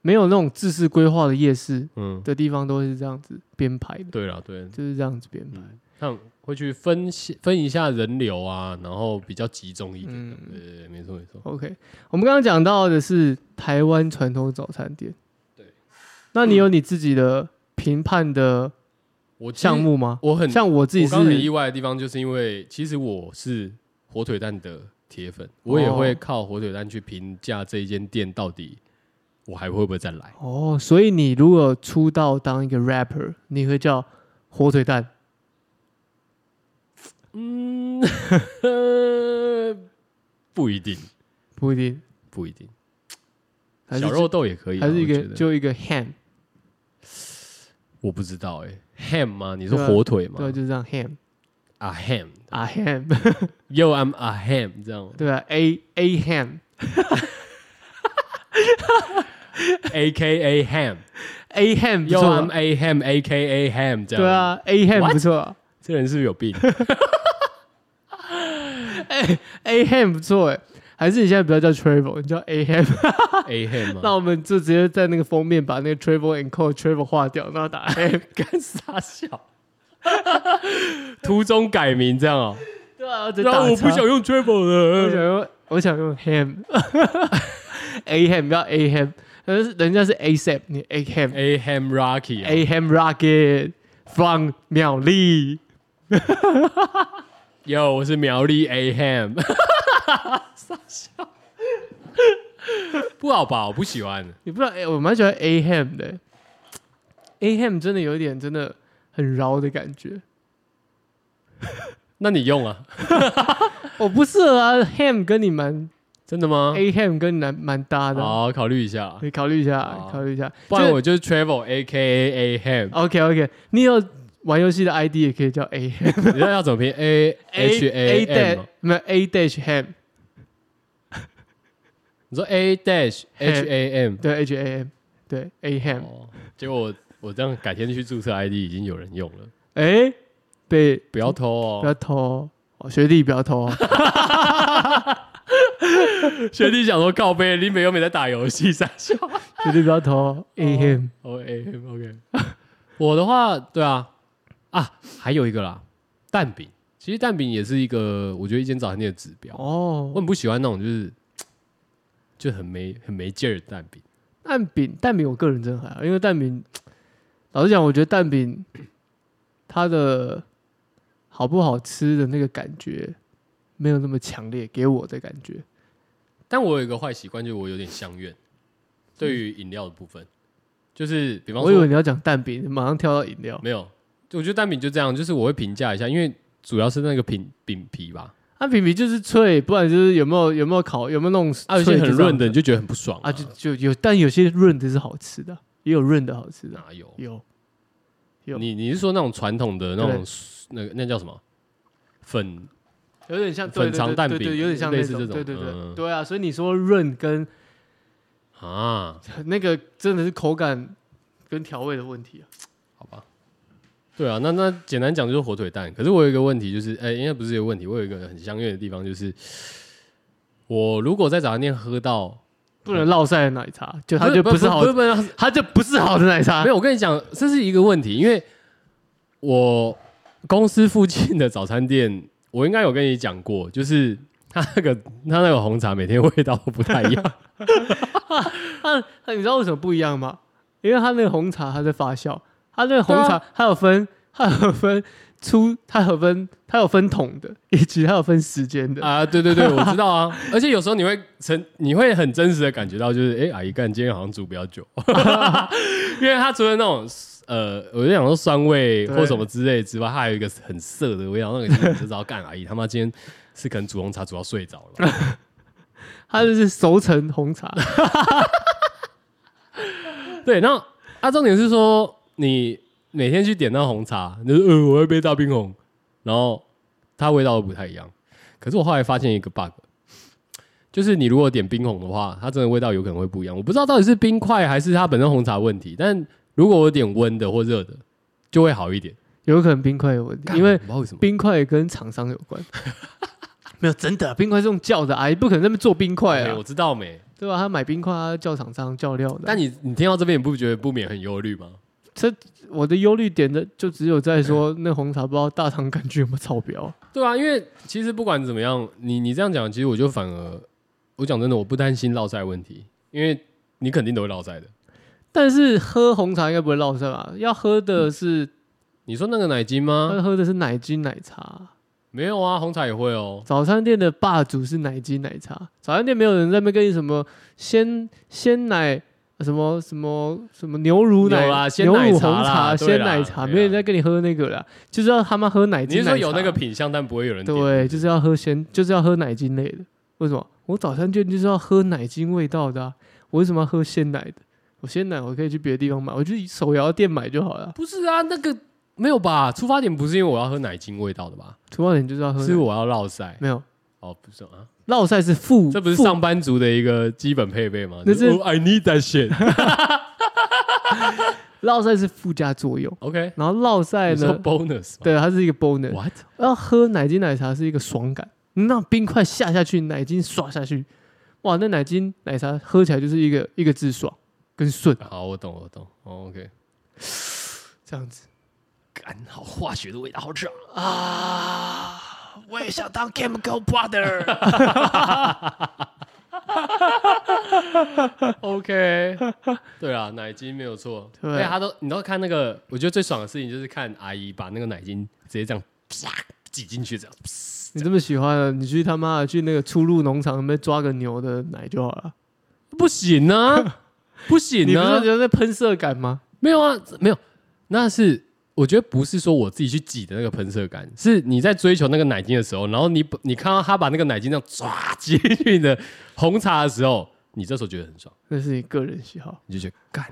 Speaker 2: 没有那种制式规划的夜市
Speaker 1: 嗯，
Speaker 2: 的地方都是这样子编排的，
Speaker 1: 对啦，对，
Speaker 2: 就是这样子编排，
Speaker 1: 嗯，像会去分析分一下人流啊，然后比较集中一点的，
Speaker 2: 嗯
Speaker 1: 对对对，没错没错，
Speaker 2: OK，我们刚刚讲到的是台湾传统早餐店。
Speaker 1: 对，
Speaker 2: 那你有你自己的评判的
Speaker 1: 我其实
Speaker 2: 项目吗？
Speaker 1: 我很
Speaker 2: 像我自己
Speaker 1: 嗯我刚刚很意
Speaker 2: 是
Speaker 1: 外的地方，就是因为其实我是火腿蛋的铁粉，我
Speaker 2: 哦
Speaker 1: 也会靠火腿蛋去评价这一间店到底我还会不会再 来。
Speaker 2: 哦，所以你如果出道当一个 rapper，你会叫火腿蛋
Speaker 1: 嗯，呃不一定，
Speaker 2: 不一定，
Speaker 1: 不一定，
Speaker 2: 还是
Speaker 1: 小肉豆也可以啊、
Speaker 2: 还是一
Speaker 1: 我
Speaker 2: 个
Speaker 1: 觉得
Speaker 2: 就一个 ham，
Speaker 1: 我不知道哎、ham 吗？你说
Speaker 2: 对啊
Speaker 1: 火腿
Speaker 2: 对，
Speaker 1: 吗？
Speaker 2: 就是这样 ham
Speaker 1: a ham，
Speaker 2: 啊 ham，
Speaker 1: 又 I'm a ham 这样吗
Speaker 2: 对吧？a a ham
Speaker 1: ，A K A ham
Speaker 2: A ham 不
Speaker 1: 又
Speaker 2: 错
Speaker 1: M
Speaker 2: 啊，
Speaker 1: A Ham A K A Ham 这样。
Speaker 2: 对，啊，A ham
Speaker 1: What？
Speaker 2: 不错啊
Speaker 1: 这人是不是有病？
Speaker 2: 哎，A ham 不错哎，还是你现在不要叫 Travel，你叫 A ham，
Speaker 1: A ham 吗？
Speaker 2: 那我们就直接在那个封面把那个 Travel and Co Travel 划掉，然后打 ham，
Speaker 1: 哎干傻笑，途中改名这样哦。
Speaker 2: 对啊，我直接
Speaker 1: 然
Speaker 2: 打
Speaker 1: 后我
Speaker 2: 叉
Speaker 1: 不想用 Travel
Speaker 2: 我
Speaker 1: 了，
Speaker 2: 想用我想用 ham，A ham 不要 A ham，人家是人家是 ASAP，你 A ham。
Speaker 1: A Ham Rocky 啊
Speaker 2: A Ham Rocket from 秒力，
Speaker 1: 哟，我是苗栗 A Ham，傻笑，不好吧？我不喜欢。
Speaker 2: 你不知道？哎，我蛮喜欢 A Ham 的，A Ham 真的有一点真的很饶的感觉。
Speaker 1: 那你用啊？
Speaker 2: 我不适合啊，Ham 跟你蛮
Speaker 1: 真的吗？
Speaker 2: A Ham 跟你蛮蛮搭的，
Speaker 1: 好，考虑一下。
Speaker 2: 你考虑一下
Speaker 1: 好，
Speaker 2: 考虑一下。
Speaker 1: 哦不然
Speaker 2: 就
Speaker 1: 我就是 Travel A K A A Ham，
Speaker 2: OK OK，你有玩游戏的 ID 也可以叫 A Ham
Speaker 1: 你知道要怎么拼 A H A
Speaker 2: A
Speaker 1: M？哦
Speaker 2: dash
Speaker 1: 吗
Speaker 2: 没有 A dash Ham
Speaker 1: 你说 A dash H A M，
Speaker 2: 对 H A M 对 A Ham，
Speaker 1: 哦，结果我我这样改天去注册 ID 已经有人用了，
Speaker 2: 哎，被
Speaker 1: 不要偷
Speaker 2: 不要
Speaker 1: 哦。
Speaker 2: 偷哦哦，学弟不 要偷哦。
Speaker 1: 学弟想说靠背，你每又没在打游戏，傻 笑。
Speaker 2: 绝对不要
Speaker 1: 哦
Speaker 2: 投 A M。
Speaker 1: O A M 哎 OK，我的话，对啊啊，还有一个啦，蛋饼。其实蛋饼也是一个我觉得一间早餐店的指标。我
Speaker 2: 哦，
Speaker 1: 很不喜欢那种就是就很没很没劲儿的蛋饼。
Speaker 2: 蛋饼，蛋饼我个人真的还好，因为蛋饼，老实讲，我觉得蛋饼 它的好不好吃的那个感觉没有那么强烈，给我的感觉。
Speaker 1: 但我有一个坏习惯，就是我有点相怨。对于饮料的部分，就是比方
Speaker 2: 我以为
Speaker 1: 说
Speaker 2: 你要讲蛋饼，马上跳到饮料。
Speaker 1: 没有，就我觉得蛋饼就这样，就是我会评价一下，因为主要是那个饼饼皮吧，
Speaker 2: 它啊饼皮就是脆，不然就是有没有有没有烤，有没有那种
Speaker 1: 啊，有些
Speaker 2: 脆
Speaker 1: 很
Speaker 2: 就这样
Speaker 1: 润的你就觉得很不爽
Speaker 2: 啊，就就有，但有些润的是好吃的，也有润的好吃的，
Speaker 1: 哪有？啊
Speaker 2: 有有
Speaker 1: 你你是说那种传统的那种
Speaker 2: 对
Speaker 1: 那个那叫什么粉
Speaker 2: 有点像对
Speaker 1: 粉肠
Speaker 2: 对对
Speaker 1: 蛋
Speaker 2: 对对
Speaker 1: 饼
Speaker 2: 有点像
Speaker 1: 类
Speaker 2: 那
Speaker 1: 似这种
Speaker 2: 对对对、
Speaker 1: 嗯
Speaker 2: 对啊，所以你说润跟
Speaker 1: 啊？
Speaker 2: 那个真的是口感跟调味的问题啊。
Speaker 1: 好吧，对啊，那那简单讲就是火腿蛋。可是我有一个问题，就是哎、应该不是有问题，我有一个很相怨的地方，就是我如果在早餐店喝到，
Speaker 2: 不能落晒的奶茶，就它就
Speaker 1: 不
Speaker 2: 不是好
Speaker 1: 嗯
Speaker 2: 啊
Speaker 1: 不，是不是
Speaker 2: 它就不是好的奶茶
Speaker 1: 没。有，我跟你讲，这是一个问题，因为我公司附近的早餐店，我应该有跟你讲过，就是它那个它那个红茶每天味道都不太一样。
Speaker 2: 它它你知道为什么不一样吗？因为它那个红茶它在发酵，它那个红茶
Speaker 1: 啊
Speaker 2: 它有分，它有分粗，它有分它有分桶的，以及它有分时间的。
Speaker 1: 啊，对对对，我知道啊。而且有时候你会成，你会很真实的感觉到，就是哎、阿姨干，今天好像煮比较久， 因为它除了那种呃，我就想说酸味
Speaker 2: 对
Speaker 1: 或什么之类之外，它还有一个很涩的味道，那个你就知道干阿姨他妈今天是可能煮红茶煮到睡着了。
Speaker 2: 它就是熟成红茶，
Speaker 1: 对，那啊，重点是说你每天去点那红茶，你就是呃，我要一杯大冰红，然后它味道都不太一样。可是我后来发现一个 bug，就是你如果点冰红的话，它真的味道有可能会不一样。我不知道到底是冰块还是它本身红茶问题，但如果我点温的或热的，就会好一点。
Speaker 2: 有可能冰块有问题，因
Speaker 1: 我
Speaker 2: 为
Speaker 1: 不知道为什么，
Speaker 2: 冰块跟厂商有关。没有真的，冰块是用叫的，阿姨不可能在那边做冰块
Speaker 1: 哎
Speaker 2: 啊
Speaker 1: 我，知道没。
Speaker 2: 对吧？他买冰块，他叫厂商叫料的啊。
Speaker 1: 但你你听到这边，你不觉得不免很忧虑吗？
Speaker 2: 我的忧虑点的就只有在说那红茶不知道大肠杆菌有没有超标，
Speaker 1: 对啊，因为其实不管怎么样，你你这样讲，其实我就反而，我讲真的，我不担心落塞问题，因为你肯定都会落塞的。
Speaker 2: 但是喝红茶应该不会落塞吧？要喝的是、
Speaker 1: 你说那个奶精吗？
Speaker 2: 要喝的是奶精奶茶，
Speaker 1: 没有啊，红茶也会哦。
Speaker 2: 早餐店的霸主是奶精奶茶，早餐店没有人在那边跟你什么鲜鲜奶。什么什么什么牛乳奶
Speaker 1: 有啦鲜
Speaker 2: 牛
Speaker 1: 奶
Speaker 2: 乳
Speaker 1: 茶啦
Speaker 2: 红茶、
Speaker 1: 对
Speaker 2: 鲜
Speaker 1: 啦
Speaker 2: 奶
Speaker 1: 对
Speaker 2: 茶，
Speaker 1: 啦
Speaker 2: 没人在跟你喝那个啦，就是要他妈喝奶
Speaker 1: 你
Speaker 2: 精
Speaker 1: 是
Speaker 2: 奶茶。
Speaker 1: 说有那个品相，但不会有人点？
Speaker 2: 对，就是要喝鲜，就是要喝奶精类的。为什么？我早餐店就是要喝奶精味道的啊、我为什么要喝鲜奶的？我鲜奶我可以去别的地方买，我去手摇店买就好了。
Speaker 1: 不是啊，那个没有吧？出发点不是因为我要喝奶精味道的吧？
Speaker 2: 厨房点就是要喝奶，
Speaker 1: 是我要落塞。
Speaker 2: 没有
Speaker 1: 哦，不是啊，
Speaker 2: 烙赛是副，
Speaker 1: 这不是
Speaker 2: 副
Speaker 1: 上班族的一个基本配备吗？
Speaker 2: 那
Speaker 1: 就是
Speaker 2: 是
Speaker 1: 哦 I need that shit。
Speaker 2: 落塞是附加作用，
Speaker 1: OK，
Speaker 2: 然后落塞
Speaker 1: 你说
Speaker 2: 呢，
Speaker 1: bonus 吗
Speaker 2: 对，它是一个 bonus。
Speaker 1: ？What？
Speaker 2: 要喝奶精奶茶是一个爽感，那冰块下下去，奶精刷下去，哇，那奶精奶茶喝起来就是一个一个字爽跟顺
Speaker 1: 好，我懂，我懂。哦 OK，
Speaker 2: 这样子
Speaker 1: 感好化学的味道，好吃啊。
Speaker 2: 啊。我也想当 Chemical Brother，
Speaker 1: OK，对 啊，奶精没有错。
Speaker 2: 对
Speaker 1: 哎，他都你都看那个，我觉得最爽的事情就是看阿姨把那个奶精直接这样啪挤进去，这样。
Speaker 2: 你这么喜欢了，你去他妈的去那个初入农场那边抓个牛的奶就好了。
Speaker 1: 不行啊，不
Speaker 2: 你
Speaker 1: 行
Speaker 2: 不是
Speaker 1: 啊，
Speaker 2: 觉得在喷射感吗？
Speaker 1: 没有啊，没有，那是。我觉得不是说我自己去挤的那个喷射感，是你在追求那个奶精的时候，然后你你看到他把那个奶精这样抓挤进去你的红茶的时候，你这时候觉得很爽，
Speaker 2: 那是你个人喜好，
Speaker 1: 你就觉得干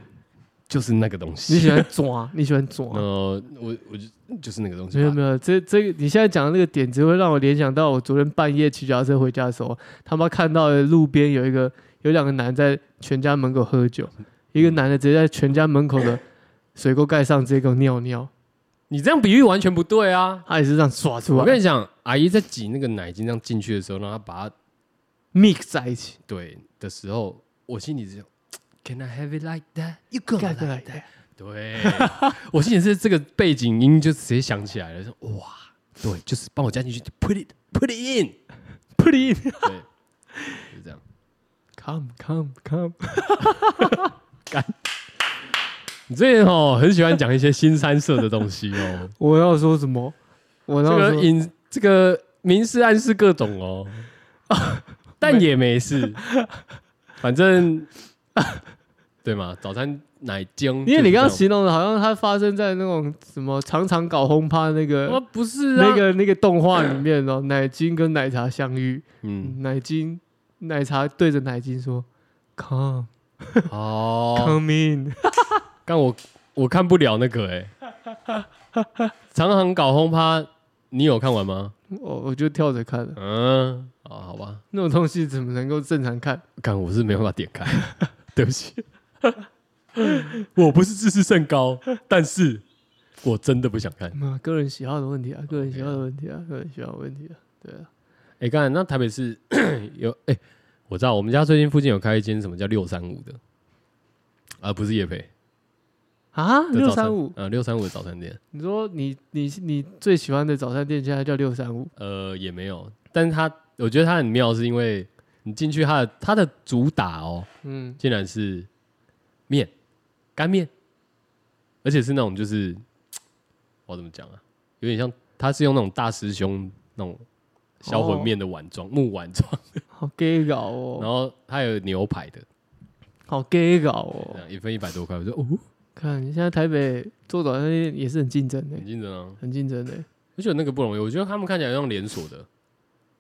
Speaker 1: 就是那个东西。
Speaker 2: 你喜欢抓，你喜欢抓。
Speaker 1: 呃，我我就就是那个东西
Speaker 2: 没有
Speaker 1: 吧。
Speaker 2: 没有，这这你现在讲的那个点子会让我联想到我昨天半夜骑脚踏车回家的时候，他妈看到路边有一个有两个男在全家门口喝酒，一个男的直接在全家门口的水沟盖上直接给我尿尿，
Speaker 1: 你这样比喻完全不对啊！
Speaker 2: 他也是这样刷出
Speaker 1: 我跟
Speaker 2: 来
Speaker 1: 你讲，阿姨在挤那个奶精这样进去的时候，让她把它
Speaker 2: ，mix 在一起，
Speaker 1: 对的时候，我心里只有 Can I have it like that? You go
Speaker 2: 盖
Speaker 1: like
Speaker 2: 过来
Speaker 1: that。对， 我心里是这个背景音就直接想起来了，说哇，对，就是帮我加进去，Put it, put it in。
Speaker 2: ，please
Speaker 1: 对，就是这样。
Speaker 2: come come come，
Speaker 1: 你这人哦，很喜欢讲一些新三色的东西哦，
Speaker 2: 我要说什么？ 我
Speaker 1: 这
Speaker 2: 要
Speaker 1: 个
Speaker 2: 说
Speaker 1: 隐这个明示暗示各种 哦，但也没事，反正 对嘛，早餐奶精就是这样，
Speaker 2: 因为你刚刚形容的好像它发生在那种什么常常搞轰趴那
Speaker 1: 我
Speaker 2: 个
Speaker 1: 不是啊
Speaker 2: 那，个那个动画里面哦，奶精跟奶茶相遇。
Speaker 1: 嗯，
Speaker 2: 奶精奶茶对着奶精说：“Come,
Speaker 1: 哦，
Speaker 2: come in。
Speaker 1: 但我我看不了那个哎、长航搞轰趴，你有看完吗？
Speaker 2: 我我就跳着看了，
Speaker 1: 嗯，哦，好吧，
Speaker 2: 那种东西怎么能够正常看？
Speaker 1: 干我是没办法 点开，对不起，我不是自视甚高，但是我真的不想看。
Speaker 2: 嘛，个人喜好的问题啊，个人喜好的问题啊，个人喜好的问题啊，对啊，
Speaker 1: 哎、刚才那台北市 有哎、我知道我们家最近附近有开一间什么叫六三五的，啊，不是夜培
Speaker 2: 啊，
Speaker 1: 的
Speaker 2: 六
Speaker 1: 早餐
Speaker 2: 三五，
Speaker 1: 啊，六三五的早餐店，
Speaker 2: 你说你你你最喜欢的早餐店现在叫六三五，
Speaker 1: 呃，也没有，但是它我觉得它很妙，是因为你进去它的它的主打哦，
Speaker 2: 嗯，
Speaker 1: 竟然是面干面，而且是那种就是我怎么讲啊，有点像它是用那种大师兄那种销魂
Speaker 2: 哦
Speaker 1: 面的碗装、木碗装，
Speaker 2: 好 gay 搞
Speaker 1: 然
Speaker 2: 哦，
Speaker 1: 后它有牛排的，
Speaker 2: 好 gay 搞
Speaker 1: 这
Speaker 2: 哦，
Speaker 1: 样一份一百多块，我说哦，
Speaker 2: 看现在台北做早餐店也是很竞争的
Speaker 1: 很，竞争啊。
Speaker 2: 很竞争的，
Speaker 1: 而且那个不容易，我觉得他们看起来像连锁的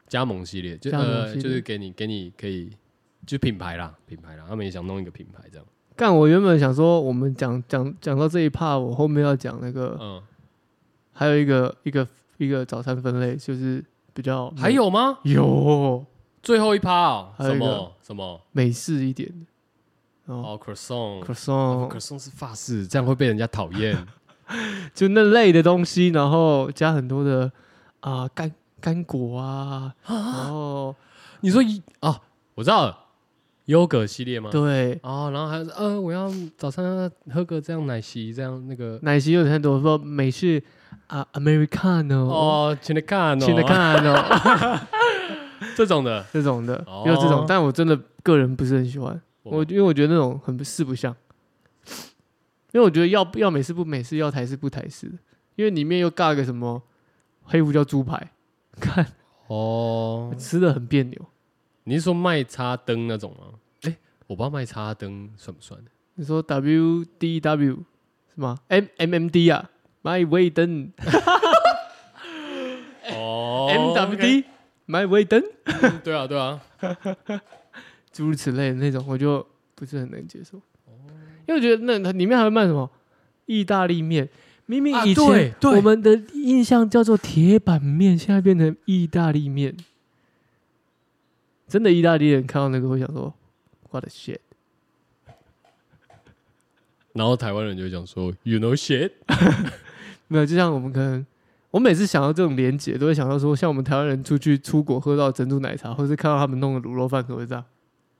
Speaker 1: 加盟系列，就
Speaker 2: 加盟
Speaker 1: 呃
Speaker 2: 系列
Speaker 1: 就是给你给你可以就品牌啦，品牌啦，他们也想弄一个品牌这样。
Speaker 2: 干，我原本想说我们讲讲讲到这一趴，我后面要讲那个。
Speaker 1: 嗯，
Speaker 2: 还有一个一个一个早餐分类，就是比较美
Speaker 1: 还有吗？
Speaker 2: 有
Speaker 1: 最后一趴哦，
Speaker 2: 嗯还有
Speaker 1: 什
Speaker 2: 一个
Speaker 1: 么什么
Speaker 2: 美式一点的，哦
Speaker 1: 哦，croissant。哦
Speaker 2: ，croissant
Speaker 1: croissant 是法式，这样会被人家讨厌。
Speaker 2: 就那类的东西，然后加很多的啊、干干果啊，然后
Speaker 1: 你说一啊，我知道了，优格系列吗？
Speaker 2: 对
Speaker 1: 哦，然后还有呃，我要早上喝个这样奶昔，这样那个
Speaker 2: 奶昔有很多，说美式啊、americano、
Speaker 1: 哦，请你看哦，
Speaker 2: 请的 cano
Speaker 1: 这种的，
Speaker 2: 这种的
Speaker 1: 哦，
Speaker 2: 有这种，但我真的个人不是很喜欢，
Speaker 1: 我
Speaker 2: 我因为我觉得那种很不四不像，因为我觉得要要美式不美式，要台式不台式，因为里面又尬个什么黑胡椒猪排，看
Speaker 1: 哦，
Speaker 2: 吃的很别扭。
Speaker 1: 你是说卖叉灯那种吗？哎、我不知道卖叉灯算不算。
Speaker 2: 你说 W D W 是吗？M M M D 啊，My Way 灯
Speaker 1: 哦
Speaker 2: ，M W D My Way 灯，
Speaker 1: 对啊，对啊，
Speaker 2: 诸如此类的那种，我就不是很能接受，
Speaker 1: 哦
Speaker 2: 因为我觉得那它里面还会卖什么意大利面。明明
Speaker 1: 啊
Speaker 2: 以
Speaker 1: 对
Speaker 2: 前
Speaker 1: 对
Speaker 2: 我们的印象叫做铁板面，现在变成意大利面。真的意大利人看到那个会想说，What the shit！
Speaker 1: 然后台湾人就会讲说，you know shit，
Speaker 2: 没有，就像我们可能，我每次想到这种连结，都会想到说，像我们台湾人出去出国喝到珍珠奶茶，或是看到他们弄的卤肉饭，可能会这样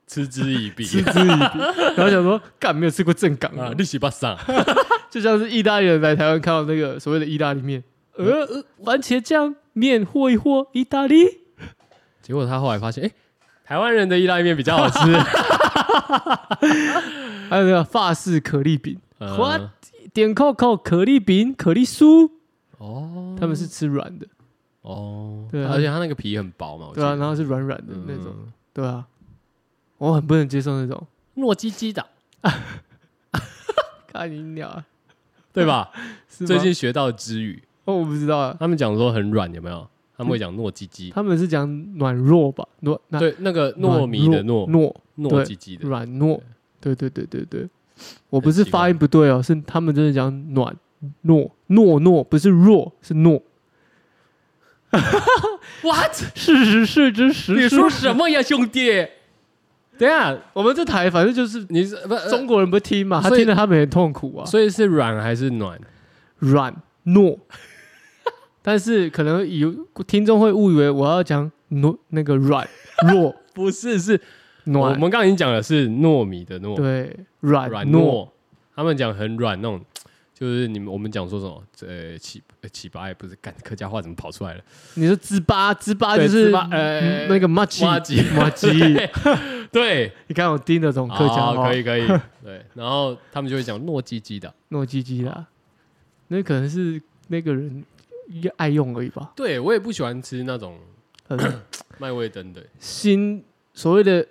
Speaker 1: 嗤之以鼻
Speaker 2: 嗤 之以鼻，然后想说，干没有吃过正港
Speaker 1: 啊
Speaker 2: 的，，
Speaker 1: 利息巴上，
Speaker 2: 就像是意大利人来台湾看到那个所谓的意大利面，呃，呃番茄酱面和一和意大利，
Speaker 1: 结果他后来发现，哎、台湾人的意大利面比较 好吃。
Speaker 2: 还有那个法式可丽饼，
Speaker 1: 呃
Speaker 2: What？点扣扣可丽饼、可丽酥，
Speaker 1: 哦，
Speaker 2: 他们是吃软的，
Speaker 1: 哦，
Speaker 2: 对啊
Speaker 1: 而且它那个皮很薄嘛，我记
Speaker 2: 对啊，
Speaker 1: 得
Speaker 2: 然后是软软的那种，
Speaker 1: 嗯
Speaker 2: 对啊，我很不能接受那种，
Speaker 1: 糯叽叽的，
Speaker 2: 看你鸟啊，
Speaker 1: 对吧？
Speaker 2: 是吗
Speaker 1: 最近学到的知语，
Speaker 2: 哦，我不知道啊，
Speaker 1: 他们讲说很软，有没有？他们会讲糯叽叽，
Speaker 2: 他们是讲软弱吧，糯那
Speaker 1: 对，那个糯米的糯，
Speaker 2: 糯
Speaker 1: 糯
Speaker 2: 对
Speaker 1: 叽叽的，
Speaker 2: 软糯，对对对对对，我不是
Speaker 1: 很奇怪
Speaker 2: 发音不对哦，是他们真的讲暖糯糯糯，不是弱 是糯。What？事实是之实。
Speaker 1: 你说什么呀，兄弟？等一下，
Speaker 2: 我们这台反正就是
Speaker 1: 你是不
Speaker 2: 中国人不听嘛，他
Speaker 1: 所以
Speaker 2: 听了他们也很痛苦啊
Speaker 1: 呃，所以是软还是暖？
Speaker 2: 软 糯，但是可能有听众会误以为我要讲糯那个软 弱
Speaker 1: 不是，是我
Speaker 2: 暖，
Speaker 1: 们刚刚已经讲的是糯米的糯，
Speaker 2: 对软
Speaker 1: 软
Speaker 2: 糯
Speaker 1: 糯，他们讲很软那种，就是你们我们讲说什么？呃，起呃起拔也不是，干客家话怎么跑出来了？
Speaker 2: 你说滋巴滋巴
Speaker 1: 对
Speaker 2: 就是
Speaker 1: 糍粑呃
Speaker 2: 嗯那个麻吉
Speaker 1: 麻吉
Speaker 2: 麻 吉，
Speaker 1: 对对，
Speaker 2: 你看我听得懂 客家
Speaker 1: 哦
Speaker 2: 话
Speaker 1: 可，以可以，对，然后他们就会讲糯叽叽的。
Speaker 2: 糯叽叽啦，那可能是那个人爱用而已吧，
Speaker 1: 对我也不喜欢吃那种
Speaker 2: 很
Speaker 1: 麦味登的，
Speaker 2: 新所谓的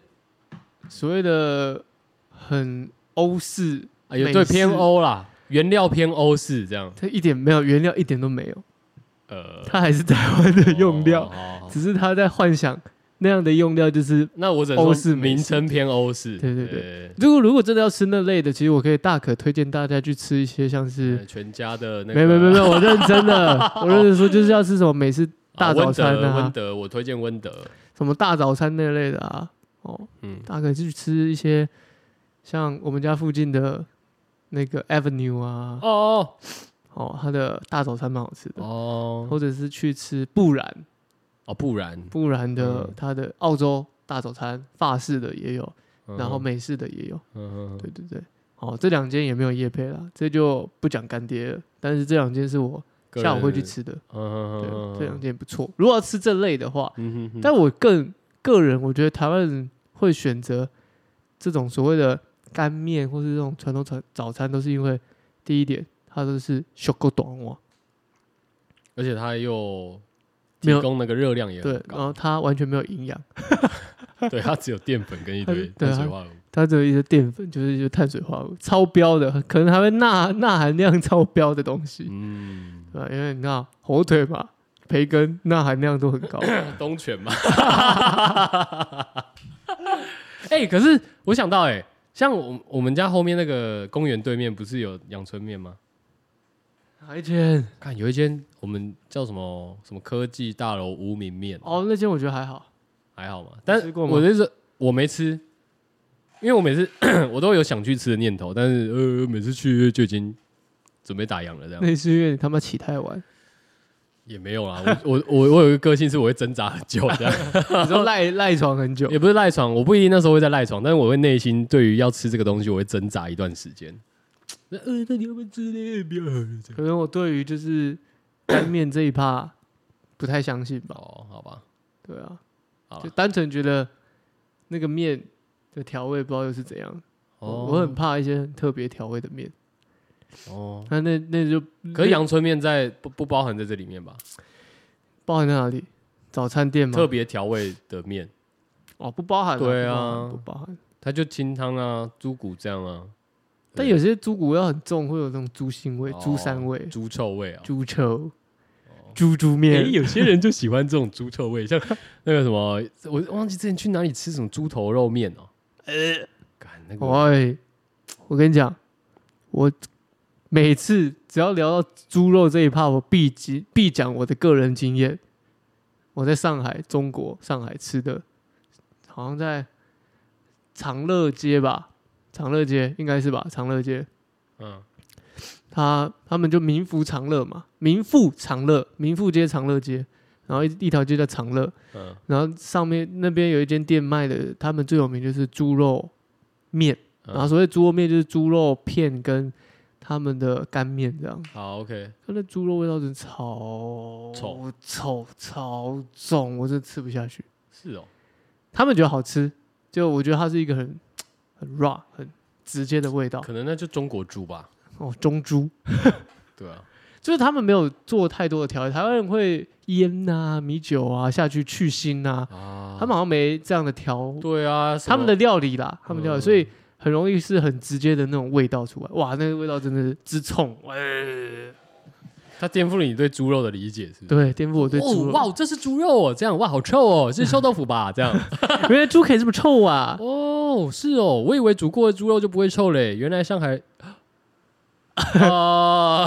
Speaker 2: 所谓的很欧式，
Speaker 1: 哎呦，
Speaker 2: 美
Speaker 1: 对，
Speaker 2: 式
Speaker 1: 偏欧啦，原料偏欧式这样，
Speaker 2: 它一点没有原料，一点都没有，
Speaker 1: 呃，
Speaker 2: 它还是台湾的 用料
Speaker 1: 哦，好好好
Speaker 2: 只是他在幻想那样的用料就是。
Speaker 1: 那我只能
Speaker 2: 欧
Speaker 1: 说
Speaker 2: 式美式
Speaker 1: 名称偏欧式，
Speaker 2: 对对对
Speaker 1: 对
Speaker 2: 如果如果真的要吃那类的，其实我可以大可推荐大家去吃一些像
Speaker 1: 呃
Speaker 2: 是，
Speaker 1: 全家的那个，
Speaker 2: 没有没 有没有没有，我认真的，我认真说就是要吃什么美式大
Speaker 1: 啊
Speaker 2: 早餐
Speaker 1: 温德，
Speaker 2: 啊
Speaker 1: 温，德，我推荐温德，
Speaker 2: 什么大早餐那类的啊，哦，
Speaker 1: 嗯，
Speaker 2: 大可去吃一些像我们家附近的那个 Avenue 啊，
Speaker 1: 哦
Speaker 2: 哦，它的大早餐蛮好吃的，
Speaker 1: 哦
Speaker 2: 或者是去吃布然
Speaker 1: 哦，不然，
Speaker 2: 布然的
Speaker 1: 嗯
Speaker 2: 它的澳洲大早餐，法式的也有，然后
Speaker 1: 嗯
Speaker 2: 美式的也有，
Speaker 1: 嗯
Speaker 2: 对对对，哦，这两间也没有夜配啦，这就不讲干爹了，但是这两间是我
Speaker 1: 个人
Speaker 2: 下午会去吃的，
Speaker 1: 嗯嗯
Speaker 2: 对，
Speaker 1: 嗯嗯
Speaker 2: 这两间不错。如果要吃这类的话，
Speaker 1: 嗯哼哼
Speaker 2: 但我更个人，我觉得台湾人会选择这种所谓的干面或是这种传统早早餐，都是因为第一点，它都是小狗短袜，
Speaker 1: 而且它又提
Speaker 2: 没有
Speaker 1: 供那个热量也
Speaker 2: 对
Speaker 1: 很，高，
Speaker 2: 然后它完全没有营养，
Speaker 1: 对，它只有淀粉跟一
Speaker 2: 它是
Speaker 1: 堆
Speaker 2: 对
Speaker 1: 碳水
Speaker 2: 它
Speaker 1: 化合物。
Speaker 2: 它只有一些淀粉，就是就碳水化合物，超标的，可能还会钠钠含量 超标的东西，
Speaker 1: 嗯，
Speaker 2: 对吧？因为你看火腿嘛，培根钠含量都很 高，
Speaker 1: 东泉嘛。 哎、可是我想到、哎，像我我们家后面那个公园对面不是有阳春面吗？
Speaker 2: 哪一间？
Speaker 1: 看有一间我们叫什么什么科技大楼无名面，
Speaker 2: 哦，那间我觉得还好，
Speaker 1: 还好嘛。但
Speaker 2: 吃过吗
Speaker 1: 我就是我没吃，因为我每次 我都有想去吃的念头，但是呃每次去就已经准备打烊了，这样
Speaker 2: 那是因为你他妈起太晚，
Speaker 1: 也没有啦。我我我我有一个个性是我会挣扎很久这样。
Speaker 2: 你说赖赖床很久，
Speaker 1: 也不是赖床，我不一定那时候会在赖床，但是我会内心对于要吃这个东西，我会挣扎一段时间。那呃，那你要不要吃呢？不要这样
Speaker 2: 可能我对于就是干面这一趴不太相信吧。
Speaker 1: 哦，好吧，
Speaker 2: 对啊，
Speaker 1: 好啦
Speaker 2: 就单纯觉得那个面的调味不知道又是怎样。
Speaker 1: 哦，
Speaker 2: 我很怕一些很特别调味的面，
Speaker 1: 哦，
Speaker 2: 那那那就
Speaker 1: 可是阳春面在不不包含在这里面吧？
Speaker 2: 包含在哪里？早餐店吗
Speaker 1: 特？别调味的面，
Speaker 2: 哦，不包含啊。
Speaker 1: 对啊
Speaker 2: 不包含不包含。
Speaker 1: 它就清汤啊、猪骨这样啊，
Speaker 2: 但有些猪骨要很重，会有那种猪腥味、
Speaker 1: 哦
Speaker 2: 猪膻味、
Speaker 1: 猪臭味啊。
Speaker 2: 猪臭、猪猪面
Speaker 1: 诶，。有些人就喜欢这种猪臭味，像 那个什么，我忘记之前去哪里吃什么猪头肉面哦，呃，干那个
Speaker 2: 哎，我跟你讲，我每次只要聊到猪肉这一趴，我必及必讲我的个人经验。我在上海，中国上海吃的，好像在长乐街吧，长乐街应该是吧，长乐街
Speaker 1: 嗯，
Speaker 2: 他他们就民福长乐嘛，民富长乐，民富街长乐街，然后一一条街叫长乐，
Speaker 1: 嗯
Speaker 2: 然后上面那边有一间店卖的，他们最有名就是猪肉面，
Speaker 1: 嗯
Speaker 2: 然后所谓猪肉面就是猪肉片跟他们的干面这样，
Speaker 1: 好，OK，
Speaker 2: 它的猪肉味道真的超
Speaker 1: 臭
Speaker 2: 臭超重，我真的吃不下去。
Speaker 1: 是哦，
Speaker 2: 他们觉得好吃，就我觉得它是一个很很 raw 很直接的味道
Speaker 1: 可能那就中国猪吧，
Speaker 2: 哦，中猪。
Speaker 1: 对啊，
Speaker 2: 就是他们没有做太多的调理，台湾人会腌呐、米酒啊下去去腥呐、
Speaker 1: 啊，
Speaker 2: 他们好像没这样的调，
Speaker 1: 对啊，什
Speaker 2: 他们的
Speaker 1: 么
Speaker 2: 料理啦，他们料理，
Speaker 1: 嗯
Speaker 2: 所以很容易是很直接的那种味道出来。哇，那个味道真的是之冲，哎，
Speaker 1: 它颠覆了你对猪肉的理解，是不是？
Speaker 2: 对，颠覆我对猪
Speaker 1: 哦，
Speaker 2: 肉，
Speaker 1: 哇，这是猪肉哦，这样哇，好臭哦， 是臭豆腐吧？这样
Speaker 2: 原来猪可以这么臭 啊！
Speaker 1: 哦，是哦，我以为煮过的猪肉就不会臭嘞，原来上 海啊，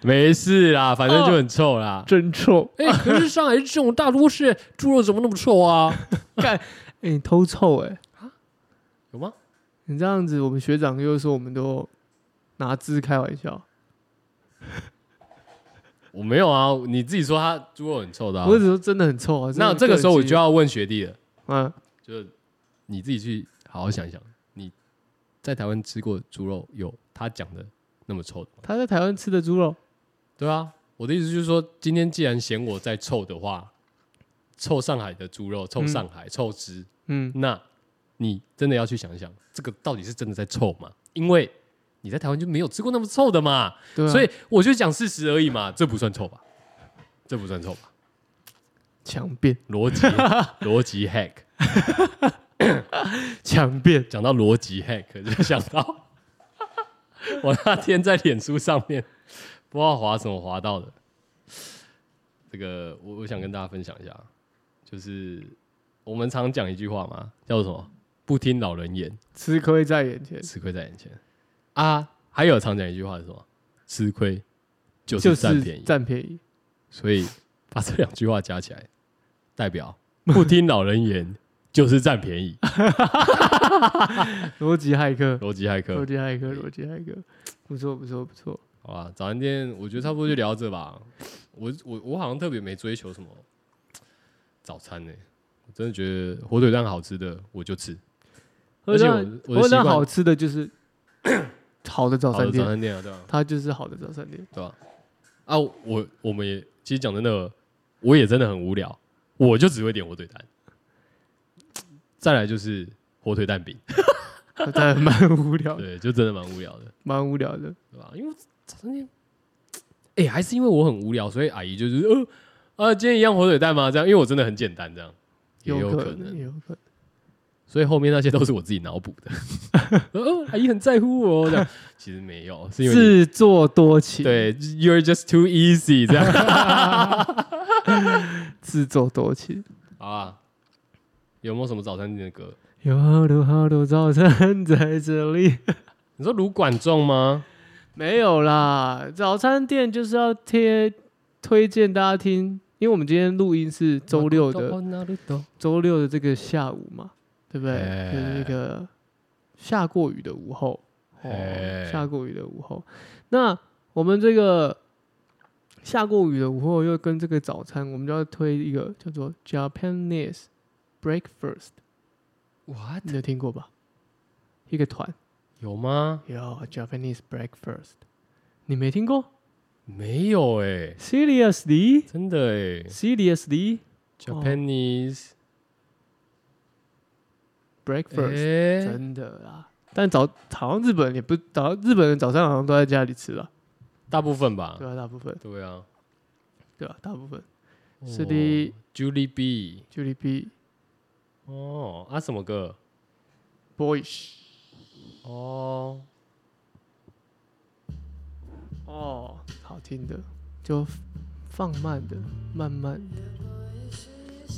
Speaker 1: 没事啦，反正就很臭啦。
Speaker 2: 真臭！
Speaker 1: 哎、可是上海这种大都市，猪肉怎么那么臭啊？
Speaker 2: 哎、你偷臭哎、
Speaker 1: 有吗？
Speaker 2: 你这样子，我们学长又说我们都拿字开玩笑，
Speaker 1: 我没有啊，你自己说他猪肉很臭的、啊。
Speaker 2: 我只是说真的很臭啊。
Speaker 1: 那这个时候我就
Speaker 2: 要
Speaker 1: 要问学弟了，
Speaker 2: 嗯，
Speaker 1: 就是你自己去好好想一想，你在台湾吃过猪肉有他讲的那么臭的吗？
Speaker 2: 他在台湾吃的猪肉，
Speaker 1: 对啊，我的意思就是说，今天既然嫌我在臭的话，臭上海的猪肉，臭上海，臭汁，
Speaker 2: 嗯，
Speaker 1: 那你真的要去想一想，这个到底是真的在臭吗？因为你在台湾就没有吃过那么臭的嘛，
Speaker 2: 对、啊，
Speaker 1: 所以我就讲事实而已嘛，这不算臭吧？这不算臭吧？
Speaker 2: 强辩。
Speaker 1: 逻辑逻辑 hack，
Speaker 2: 强辩，
Speaker 1: 讲到逻辑 hack 就想到我那天在脸书上面不知道滑什么滑到的，这个我我想跟大家分享一下，就是我们常讲一句话嘛，叫做什么？不听老人言，
Speaker 2: 吃亏在眼前，
Speaker 1: 吃亏在眼前啊！还有常讲一句话是什么？吃亏就
Speaker 2: 就是
Speaker 1: 占便
Speaker 2: 是
Speaker 1: 宜。
Speaker 2: 占便宜。
Speaker 1: 所以把这两句话加起来，代表不听老人言就是占便 宜。
Speaker 2: 逻辑骇客，
Speaker 1: 逻辑骇
Speaker 2: 逻
Speaker 1: 客，
Speaker 2: 辑骇客，逻辑骇客，不错，不错，不错。
Speaker 1: 好吧，早餐店我觉得差不多就聊这吧。我我我好像特别没追求什么早餐呢、我真的觉得火腿蛋好吃的我就吃，而且我
Speaker 2: 那
Speaker 1: 我的习惯
Speaker 2: 好吃的就是 好的早
Speaker 1: 好
Speaker 2: 餐
Speaker 1: 的早
Speaker 2: 店，
Speaker 1: 餐店啊，对吧、
Speaker 2: 它就是好的早餐店。
Speaker 1: 对吧、啊？我我们也其实讲真的，我也真的很无聊，我就只会点火腿蛋，再来就是火腿蛋饼，
Speaker 2: 它真的蛮无聊的，
Speaker 1: 对，就真的蛮无聊的。
Speaker 2: 蛮无聊的。
Speaker 1: 对吧？因为早餐店，哎、还是因为我很无聊，所以阿姨就是呃啊，今天一样火腿蛋吗？这样，因为我真的很简单，这样也有
Speaker 2: 可
Speaker 1: 可
Speaker 2: 能，
Speaker 1: 能。
Speaker 2: 也有可能。
Speaker 1: 所以后面那些都是我自己脑补的。呃，阿姨很在乎我，这样其实没有，是因为你
Speaker 2: 自作多情，，
Speaker 1: 对，you're just too easy 这样
Speaker 2: 自作多情。
Speaker 1: 好啊。有没有什么早餐店的歌？
Speaker 2: 有好多好多早餐在这 里，
Speaker 1: 你说卢管仲吗？
Speaker 2: 没有啦。早餐店就是要贴推荐大家听，因为我们今天录音是周六的，周六的这个下午嘛，对不对？
Speaker 1: 哎
Speaker 2: 就是那个下过雨的午后，哦
Speaker 1: 哎，
Speaker 2: 下过雨的午后。那我们这个下过雨的午后，又跟这个早餐，我们就要推一个叫做 Japanese Breakfast，
Speaker 1: ，what
Speaker 2: 你有听过吧？一个团
Speaker 1: 有吗？
Speaker 2: 有 Japanese Breakfast，你没听过
Speaker 1: 没有哎、
Speaker 2: ？Seriously，Seriously，
Speaker 1: 真的哎、Japanese
Speaker 2: breakfast，、
Speaker 1: 哎
Speaker 2: 真的啦。但早好像日本也不早，日本人早上好像都在家里吃了，
Speaker 1: 大部分吧
Speaker 2: 对，吧、大部分，
Speaker 1: 对啊，
Speaker 2: 对吧、大部分是
Speaker 1: 是
Speaker 2: 的
Speaker 1: 的，Julie B。
Speaker 2: GDP
Speaker 1: 哦，啊什么歌？
Speaker 2: boyish
Speaker 1: 哦，
Speaker 2: 哦，好听的，就放慢的，慢慢的。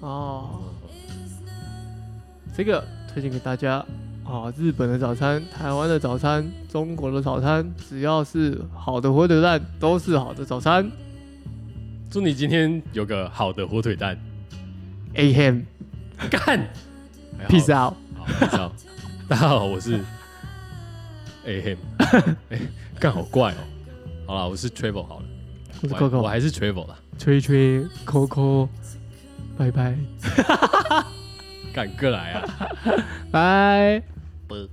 Speaker 2: 哦，这个推荐给大家啊、哦，日本的早餐、台湾的早餐、中国的早餐，只要是好的火腿蛋，都是好的早餐。
Speaker 1: 祝你今天有个好的火腿 蛋，
Speaker 2: A ham
Speaker 1: 干哎
Speaker 2: peace out。
Speaker 1: 好，peace out 大家好，我是 A M，哎，干好怪哦。好了，我是 Travel 好了，
Speaker 2: 我是
Speaker 1: 我还我
Speaker 2: Coco，
Speaker 1: 还是 Travel 啦。
Speaker 2: 吹吹 Coco，拜拜
Speaker 1: 干过来啊！
Speaker 2: 拜。
Speaker 1: 啵